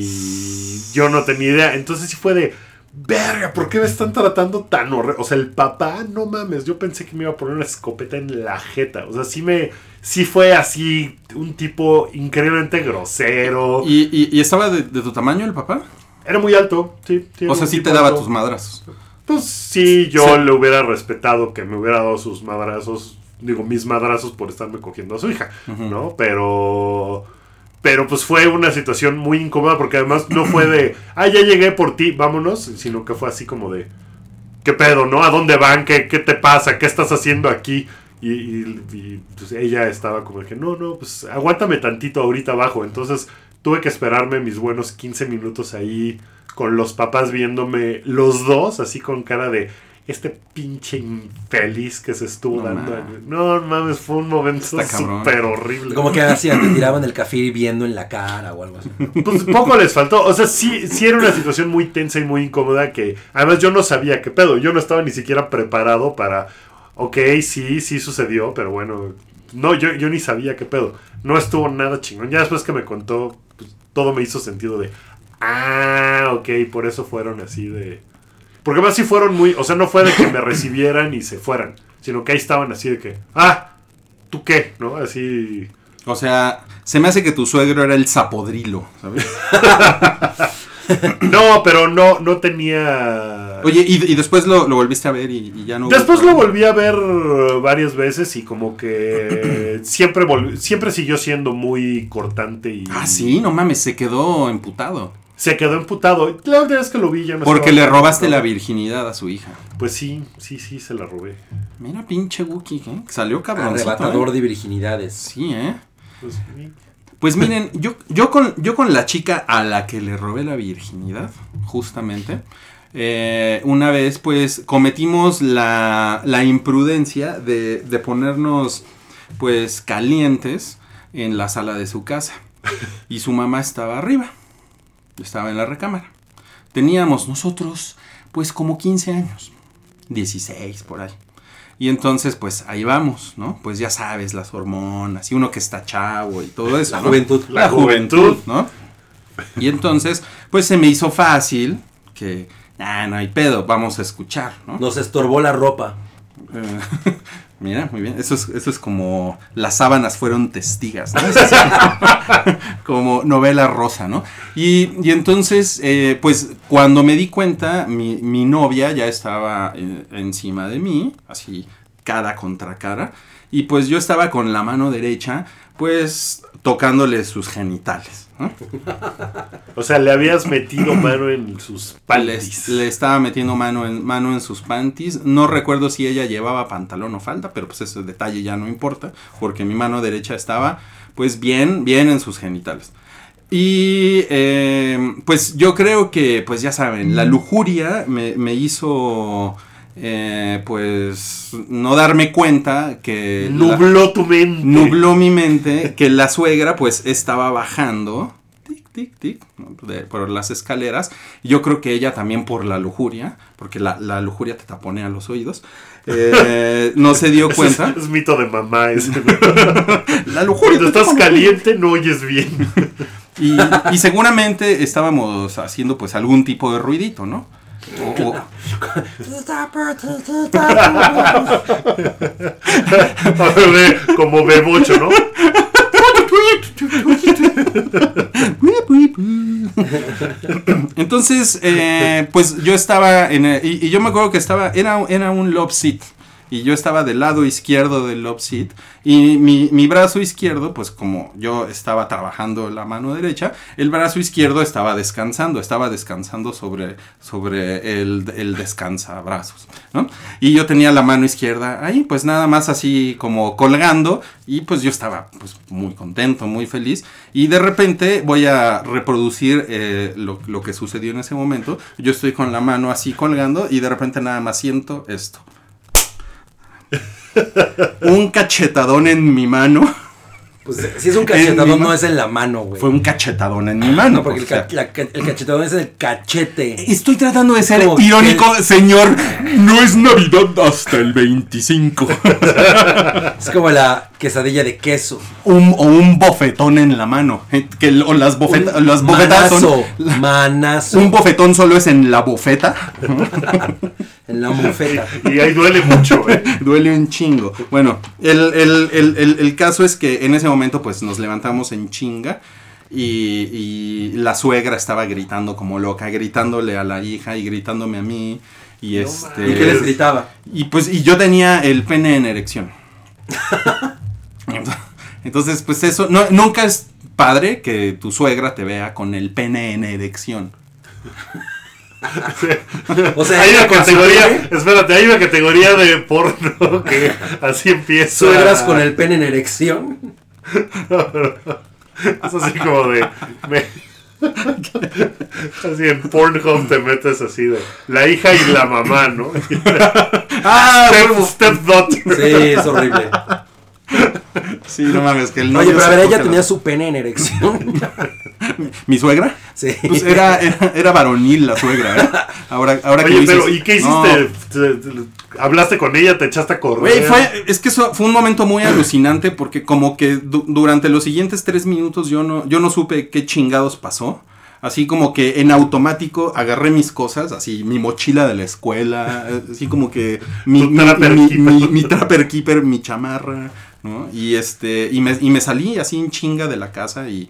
Speaker 3: y yo no tenía idea. Entonces sí fue de, verga, ¿por qué me están tratando tan horrible? O sea, el papá, no mames, yo pensé que me iba a poner una escopeta en la jeta. O sea, sí me, sí fue así un tipo increíblemente grosero.
Speaker 4: ¿Y, y, y estaba de, de tu tamaño el papá?
Speaker 3: Era muy alto, sí. sí, era
Speaker 4: O sea,
Speaker 3: un
Speaker 4: sí
Speaker 3: tipo
Speaker 4: te daba
Speaker 3: alto.
Speaker 4: tus madrazos.
Speaker 3: Pues sí, yo
Speaker 4: Sí.
Speaker 3: le hubiera respetado que me hubiera dado sus madrazos, digo, mis madrazos por estarme cogiendo a su hija, ¿no? Pero. Pero pues fue una situación muy incómoda porque además no fue
Speaker 4: [clears throat]
Speaker 3: de, ah, ya llegué por ti, vámonos, sino que fue así como de, ¿qué pedo, no? ¿A dónde van? ¿Qué, qué te pasa? ¿Qué estás haciendo aquí? Y, y- y, pues ella estaba como que, no, no, pues aguántame tantito ahorita abajo. Entonces tuve que esperarme mis buenos 15 minutos ahí con los papás viéndome los dos, así con cara de este pinche infeliz que se estuvo
Speaker 4: No
Speaker 3: dando.
Speaker 4: mames.
Speaker 3: a- No mames, fue un momento
Speaker 4: Está cabrón.
Speaker 3: súper horrible.
Speaker 2: Como que hacían, te tiraban el café viendo en la cara o algo
Speaker 4: [laughs]
Speaker 2: así.
Speaker 3: Pues poco les faltó. O sea, sí, sí era una situación muy tensa y muy incómoda que además yo no sabía qué pedo. Yo no estaba ni siquiera preparado para, ok, sí, sí sucedió, pero bueno, no, yo, yo ni sabía qué pedo. No estuvo nada chingón. Ya después que me contó, pues, todo me hizo sentido de, ah, ok, por eso fueron así de... Porque más sí fueron muy, o sea, no fue de que me recibieran y se fueran, sino que ahí estaban así de que, ah, ¿tú qué? ¿No? Así...
Speaker 4: O sea, se me hace que tu suegro era el zapodrilo, ¿sabes? [laughs]
Speaker 3: No, pero no, no tenía...
Speaker 4: Oye, y, y después lo, lo volviste a ver y, y ya no... hubo
Speaker 3: Después lo
Speaker 4: problema.
Speaker 3: volví a ver eh, varias veces y como
Speaker 4: [clears throat]
Speaker 3: que siempre volv- siempre siguió siendo muy cortante y
Speaker 4: Ah, sí, no mames, se quedó emputado.
Speaker 3: se quedó emputado. La última vez que lo vi ya Pues no
Speaker 4: Porque
Speaker 3: estaba
Speaker 4: le
Speaker 3: tan
Speaker 4: robaste la
Speaker 3: emputado.
Speaker 4: virginidad a su hija.
Speaker 3: Pues sí, sí, sí, se la robé.
Speaker 4: Mira, pinche Wookie, ¿eh? Salió cabroncito,
Speaker 2: Ah, Arrebatador
Speaker 4: ¿eh?
Speaker 2: de virginidades.
Speaker 4: Sí, ¿eh?
Speaker 3: Pues, sí.
Speaker 4: Pues miren, yo, yo, con, yo con la chica a la que le robé la virginidad, justamente, eh, una vez pues cometimos la, la imprudencia de, de ponernos pues calientes en la sala de su casa. Y su mamá estaba arriba, estaba en la recámara. Teníamos nosotros pues como 15 años, 16 por ahí. Y entonces, pues ahí vamos, ¿no? Pues ya sabes, las hormonas, y uno que está chavo y todo eso.
Speaker 2: La
Speaker 4: ¿no?
Speaker 2: juventud.
Speaker 4: La,
Speaker 3: La
Speaker 4: juventud,
Speaker 3: juventud.
Speaker 4: ¿no? Y entonces, pues se me hizo fácil que, ah, no hay pedo, vamos a escuchar, ¿no?
Speaker 2: Nos estorbó la ropa.
Speaker 4: Eh, [laughs] Mira, muy bien. Eso es, eso es como las sábanas fueron testigas, ¿no? Es así, [laughs] como novela rosa, ¿no? Y, y entonces, eh, pues cuando me di cuenta, mi, mi novia ya estaba eh, encima de mí, así cara contra cara, y pues yo estaba con la mano derecha, pues tocándole sus genitales, ¿no?
Speaker 3: O sea, le habías
Speaker 4: [clears throat]
Speaker 3: metido mano en sus
Speaker 4: Les-
Speaker 3: pales.
Speaker 4: Le, estaba metiendo mano en, mano en sus panties. No recuerdo si ella llevaba pantalón o falda, pero pues ese detalle ya no importa, porque mi mano derecha estaba pues bien, bien en sus genitales. Y eh, pues yo creo que, pues ya saben, la lujuria me, me hizo eh, pues no darme cuenta que... eh, la-
Speaker 3: Nubló tu mente.
Speaker 4: nubló mi mente que la suegra pues estaba bajando. Tic, tic, tic, ¿no? de- por las escaleras. Yo creo que ella también por la lujuria, porque la, la lujuria te taponea los oídos, eh, no se dio
Speaker 3: Ese es-
Speaker 4: cuenta.
Speaker 3: Es, mito de mamá.
Speaker 4: [laughs]
Speaker 3: ese.
Speaker 4: La lujuria.
Speaker 3: Cuando
Speaker 4: te
Speaker 3: estás
Speaker 4: taponea los oídos.
Speaker 3: caliente no oyes bien. [laughs]
Speaker 4: Y, y seguramente estábamos haciendo pues algún tipo de ruidito, ¿no? O- [laughs] o-
Speaker 2: Pues,
Speaker 4: [laughs]
Speaker 3: A ver, Como bebocho, ¿no?
Speaker 4: Entonces, eh, pues yo estaba en. eh, Y, y yo me acuerdo que estaba. Era, era un love seat. Y yo estaba del lado izquierdo del love seat. Y mi, mi brazo izquierdo, pues como yo estaba trabajando la mano derecha, el brazo izquierdo estaba descansando. Estaba descansando sobre, sobre el, el descansabrazos, ¿no? Y yo tenía la mano izquierda ahí, pues nada más así como colgando. Y pues yo estaba pues muy contento, muy feliz. Y de repente voy a reproducir eh, lo, lo que sucedió en ese momento. Yo estoy con la mano así colgando y de repente nada más siento esto. Un cachetadón en mi mano.
Speaker 2: Pues eh, si es un
Speaker 4: En mi
Speaker 2: cachetadón,
Speaker 4: ma-
Speaker 2: no es en la mano, güey.
Speaker 4: Fue un cachetadón en mi mano.
Speaker 2: Ah, No, porque
Speaker 4: o
Speaker 2: el,
Speaker 4: sea.
Speaker 2: ca- la ca- el cachetadón es en el
Speaker 4: [laughs]
Speaker 2: cachete.
Speaker 4: Estoy tratando de ser
Speaker 2: Como que-
Speaker 4: irónico, señor. No es Navidad hasta
Speaker 2: [laughs]
Speaker 4: el 25.
Speaker 2: Es como la quesadilla de queso.
Speaker 4: Un- o un bofetón en la mano. eh, Que, el- o las, bofeta-
Speaker 2: Un
Speaker 4: las bofetadas son-
Speaker 2: manazo, manazo
Speaker 4: Un bofetón solo es en la bofeta.
Speaker 2: en la bufeta.
Speaker 3: Y ahí duele mucho, ¿eh?
Speaker 4: [laughs] Duele un chingo. Bueno, el, el- el- el- el caso es que en ese momento pues nos levantamos en chinga y, y la suegra estaba gritando como loca, gritándole a la hija y gritándome a mí. Y este...
Speaker 2: ¿Y qué les gritaba?
Speaker 4: Y pues, y yo tenía el pene
Speaker 2: [laughs]
Speaker 4: en erección. Entonces, pues eso, no, nunca es padre que tu suegra te vea con el pene en erección.
Speaker 2: O sea,
Speaker 3: hay
Speaker 2: ella
Speaker 3: una
Speaker 2: con su
Speaker 3: categoría,
Speaker 2: pene,
Speaker 3: espérate, hay una categoría de porno que así empieza.
Speaker 2: suegras con el pene en erección.
Speaker 3: Es así como de. me- así en Pornhub te metes así de. La hija y la mamá, ¿no?
Speaker 4: [laughs] ¡Ah!
Speaker 3: Step, stepdaughter.
Speaker 2: Sí, es horrible.
Speaker 4: Sí, no mames, que el novio
Speaker 2: Oye, pero a
Speaker 4: se
Speaker 2: ver,
Speaker 4: coge
Speaker 2: ella
Speaker 4: la-
Speaker 2: tenía su pene en
Speaker 4: [laughs]
Speaker 2: erección.
Speaker 4: ¿Mi suegra?
Speaker 2: Sí.
Speaker 3: [laughs]
Speaker 4: Pues era, era, era varonil la suegra, ¿eh? Ahora, ahora que
Speaker 3: Oye,
Speaker 4: dices,
Speaker 3: pero ¿y qué hiciste? Te- te- ¿Hablaste con ella? ¿Te echaste a correr?
Speaker 4: Güey, fue, es que eso fue un momento muy alucinante porque como que du- durante los siguientes tres minutos yo no, yo no supe qué chingados pasó. Así como que en automático agarré mis cosas, así mi mochila de la escuela, eh, así como que mi,
Speaker 3: Tu
Speaker 4: mi,
Speaker 3: trapper
Speaker 4: mi-
Speaker 3: keeper.
Speaker 4: mi- mi trapper keeper, mi chamarra, ¿no? Y este, y me, y me salí así en chinga de la casa y,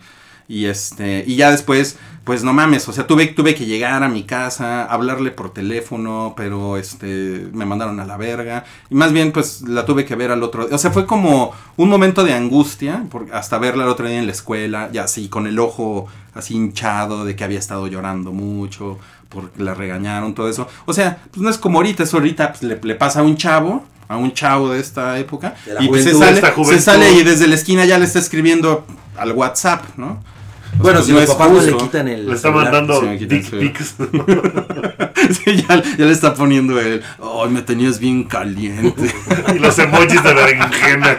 Speaker 4: y este, y ya después, pues no mames, o sea, tuve, tuve que llegar a mi casa, hablarle por teléfono, pero este, me mandaron a la verga. Y más bien, pues la tuve que ver al otro día. O sea, fue como un momento de angustia, por- hasta verla al otro día en la escuela, ya así, con el ojo así hinchado de que había estado llorando mucho, porque la regañaron, todo eso. O sea, pues no es como ahorita, eso ahorita pues, le, le pasa a un chavo. A un chavo de esta época.
Speaker 2: De la
Speaker 4: Y pues se
Speaker 2: juventud,
Speaker 4: sale,
Speaker 3: esta
Speaker 4: se
Speaker 3: juventud.
Speaker 4: sale y desde la esquina ya le está escribiendo al WhatsApp, ¿no?
Speaker 2: Bueno,
Speaker 4: pues
Speaker 2: si
Speaker 4: no
Speaker 2: los
Speaker 4: es
Speaker 2: papás no le
Speaker 4: justo.
Speaker 2: quitan el.
Speaker 3: Le está
Speaker 2: celular.
Speaker 3: mandando
Speaker 4: sí, me quitan
Speaker 3: dick
Speaker 4: el
Speaker 3: pics.
Speaker 4: [laughs] Sí, ya, ya le está poniendo el. Ay, me tenías bien caliente. [laughs]
Speaker 3: y los emojis de berenjena.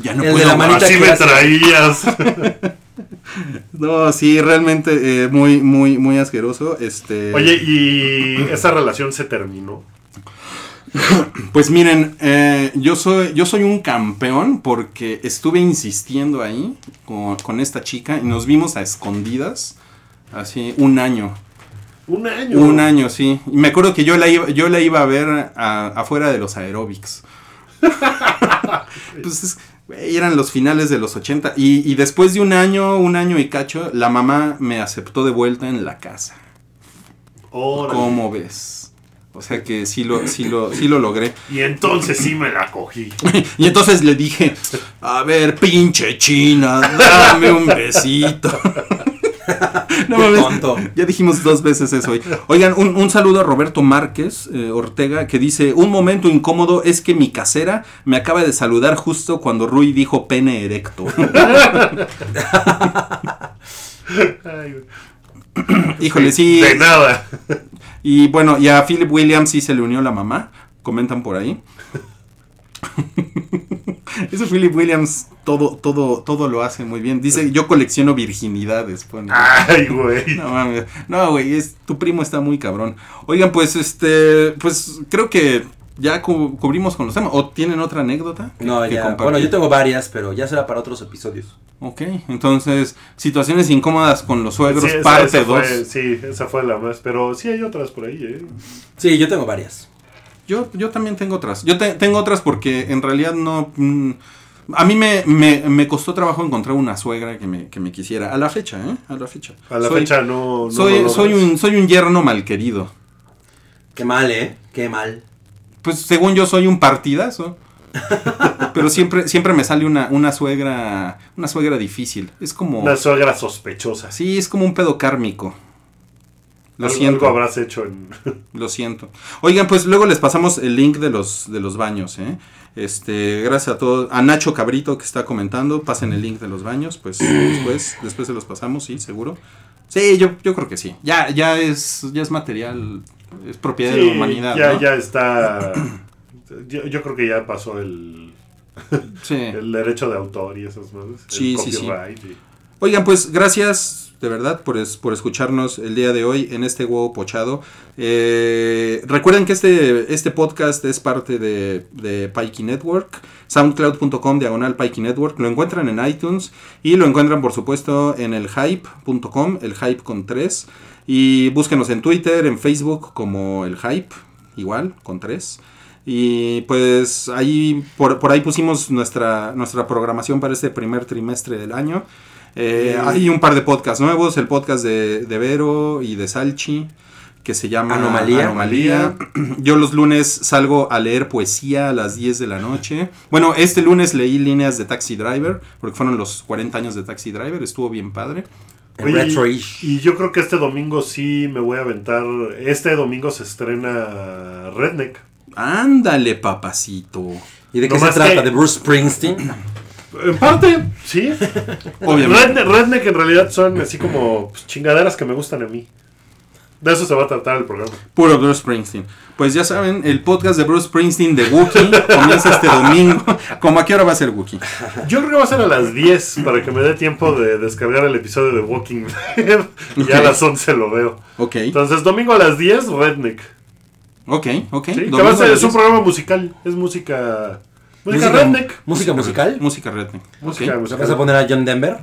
Speaker 4: Ya no
Speaker 2: El de
Speaker 4: puedo
Speaker 2: la
Speaker 4: más".
Speaker 2: manita.
Speaker 3: Así me
Speaker 2: haces?
Speaker 3: traías.
Speaker 4: No, sí, realmente eh, muy, muy, muy asqueroso. Este.
Speaker 3: Oye, ¿y esa relación se terminó?
Speaker 4: Pues miren, eh, yo, soy, yo soy un campeón porque estuve insistiendo ahí con, con esta chica y nos vimos a escondidas. Así, un año.
Speaker 3: Un año.
Speaker 4: Un año, sí. Y me acuerdo que yo la iba, yo la iba a ver a- afuera de los aeróbics. pues es- güey, eran los finales de los 80. Y, y después de un año, un año y cacho, la mamá me aceptó de vuelta en la casa.
Speaker 3: Órale.
Speaker 4: ¿Cómo ves? O sea que sí lo, sí lo, sí lo logré.
Speaker 3: Y entonces sí me la cogí.
Speaker 4: Y entonces le dije, a ver, pinche china, dame un besito. No
Speaker 2: Qué
Speaker 4: mames,
Speaker 2: tonto.
Speaker 4: Ya dijimos dos veces eso hoy. Oigan, un, un saludo a Roberto Márquez eh, Ortega que dice, un momento incómodo es que mi casera me acaba de saludar justo cuando Rui dijo pene erecto.
Speaker 3: Ay, güey.
Speaker 4: Híjole, sí.
Speaker 3: De nada.
Speaker 4: Y bueno, y a [laughs] Philip Williams sí se le unió la mamá, comentan por ahí. Eso Philip Williams todo, todo, todo lo hace muy bien. Dice, yo colecciono virginidades, pone.
Speaker 3: Ay, güey.
Speaker 4: No mames. No, güey, es, tu primo está muy cabrón. Oigan, pues este, pues creo que ya cu- cubrimos con los temas. ¿O tienen otra anécdota? que-
Speaker 2: No,
Speaker 4: que
Speaker 2: ya.
Speaker 4: compartir?
Speaker 2: Bueno, yo tengo varias, pero ya será para otros episodios.
Speaker 4: Ok, entonces, situaciones incómodas con los suegros,
Speaker 3: Sí, esa-
Speaker 4: parte
Speaker 3: esa fue-
Speaker 4: 2.
Speaker 3: Sí, esa fue la más. Pero sí hay otras por ahí, ¿eh?
Speaker 2: Sí, yo tengo varias.
Speaker 4: Yo, yo también tengo otras. Yo te- tengo otras porque en realidad no... mm, a mí me, me- me costó trabajo encontrar una suegra que me, que me quisiera. A la fecha, ¿eh? A la fecha.
Speaker 3: A la
Speaker 4: Soy-
Speaker 3: fecha no. no lo
Speaker 4: Soy,
Speaker 3: logras.
Speaker 4: soy, un, soy un yerno malquerido.
Speaker 2: Qué mal, ¿eh? Qué mal.
Speaker 4: Pues según yo soy un partidazo. Pero siempre, siempre me sale una, una suegra. Una suegra difícil. Es como.
Speaker 3: Una suegra sospechosa.
Speaker 4: Sí, es como un pedo kármico. Lo
Speaker 3: Algo-
Speaker 4: siento.
Speaker 3: Algo habrás hecho en.
Speaker 4: Lo siento. Oigan, pues luego les pasamos el link de los, de los baños, ¿eh? Este, gracias a todos. A Nacho Cabrito que está comentando. Pasen el link de los baños. Pues después, después se los pasamos, sí, seguro. Sí, yo, yo creo que sí. Ya, ya es, ya es material. Es propiedad de
Speaker 3: Sí,
Speaker 4: la humanidad.
Speaker 3: Ya,
Speaker 4: ¿no?
Speaker 3: ya está. [clears throat] Yo, yo creo que ya pasó el,
Speaker 4: Sí.
Speaker 3: el derecho de autor y esas cosas.
Speaker 4: Eh. Sí,
Speaker 3: el
Speaker 4: sí, sí.
Speaker 3: copyright y-
Speaker 4: Oigan, pues gracias de verdad por, es- por escucharnos el día de hoy en este huevo pochado. Eh, recuerden que este, este podcast es parte de, de Pikey Network, soundcloud.com diagonal Pikey Network. Lo encuentran en iTunes y lo encuentran por supuesto en el hype.com, el hype con 3. Y búsquenos en Twitter, en Facebook como el hype, igual, con 3. Y pues ahí por, por ahí pusimos nuestra, nuestra programación para este primer trimestre del año. Eh, hay un par de podcasts nuevos, el podcast de, de Vero y de Salchi, que se llama
Speaker 2: Anomalía.
Speaker 4: Anomalía. [clears throat] Yo los lunes salgo a leer poesía a las 10 de la noche. Bueno, este lunes leí líneas de Taxi Driver, porque fueron los 40 años de Taxi Driver, estuvo bien padre.
Speaker 2: En
Speaker 3: Oye, y,
Speaker 2: Retroish.
Speaker 3: y yo creo que este domingo sí me voy a aventar. Este domingo se estrena Redneck.
Speaker 4: Ándale, papacito.
Speaker 2: ¿Y de qué se
Speaker 3: nomás
Speaker 2: trata?
Speaker 3: que-
Speaker 2: ¿De Bruce Springsteen?
Speaker 3: En parte, [laughs] sí.
Speaker 4: Obviamente.
Speaker 3: Redneck, Redneck en realidad son así como pues, chingaderas que me gustan a mí. De eso se va a tratar el programa.
Speaker 4: Puro Bruce Springsteen. Pues ya saben, el podcast de Bruce Springsteen de Wookiee [laughs] comienza este domingo. [laughs] ¿Cómo a qué hora va a ser Wookiee?
Speaker 3: Yo creo que va a ser a las 10 para que me dé tiempo de descargar el episodio de Walking Dead. [laughs] y ya a
Speaker 4: Ok.
Speaker 3: las 11 lo veo.
Speaker 4: Ok,
Speaker 3: Entonces, domingo a las 10, Redneck.
Speaker 4: ok, ok.
Speaker 3: Sí,
Speaker 4: Domingo
Speaker 3: que va a
Speaker 4: a
Speaker 3: ser,
Speaker 4: las
Speaker 3: es un
Speaker 4: 10.
Speaker 3: programa musical. Es música. Música,
Speaker 2: Música-
Speaker 3: Redneck.
Speaker 2: ¿Música musical?
Speaker 4: Música redneck.
Speaker 3: Música,
Speaker 4: Ok.
Speaker 3: música.
Speaker 2: ¿Vas a poner a John Denver?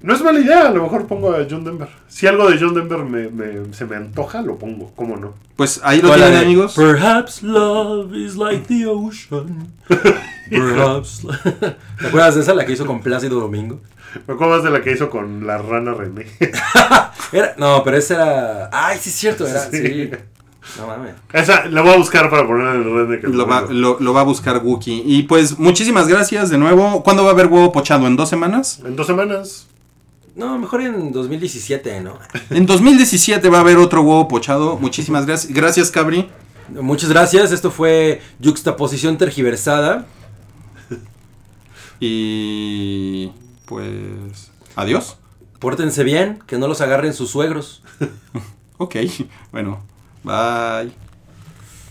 Speaker 3: No es mala idea, a lo mejor pongo a John Denver. Si algo de John Denver me, me- se me antoja, lo pongo, ¿cómo no?
Speaker 4: Pues ahí lo
Speaker 2: O la
Speaker 4: tienen,
Speaker 2: de,
Speaker 4: amigos.
Speaker 2: Perhaps love is like the ocean. Perhaps. [laughs] lo-" ¿Te acuerdas de esa la que hizo con Plácido Domingo?
Speaker 3: Me acuerdo más de la que hizo con la rana René. [laughs]
Speaker 2: Era, no, pero esa era. Ay, sí es cierto, era.
Speaker 3: Sí.
Speaker 2: Sí. No mames.
Speaker 3: Esa la voy a buscar para poner en el red de que
Speaker 4: Lo va, lo- lo va a buscar Wookiee. Y pues muchísimas gracias de nuevo. ¿Cuándo va a haber huevo pochado? ¿En
Speaker 3: [laughs]
Speaker 4: dos semanas?
Speaker 3: En dos semanas.
Speaker 2: No, mejor en 2017, ¿no?
Speaker 4: En 2017 va a haber otro huevo pochado. Muchísimas gracias. Gracias, Cabri.
Speaker 2: Muchas gracias. Esto fue Juxtaposición Tergiversada.
Speaker 4: Y pues... Adiós. [laughs]
Speaker 2: Pórtense bien, que no los agarren sus suegros.
Speaker 4: Ok, bueno. Bye.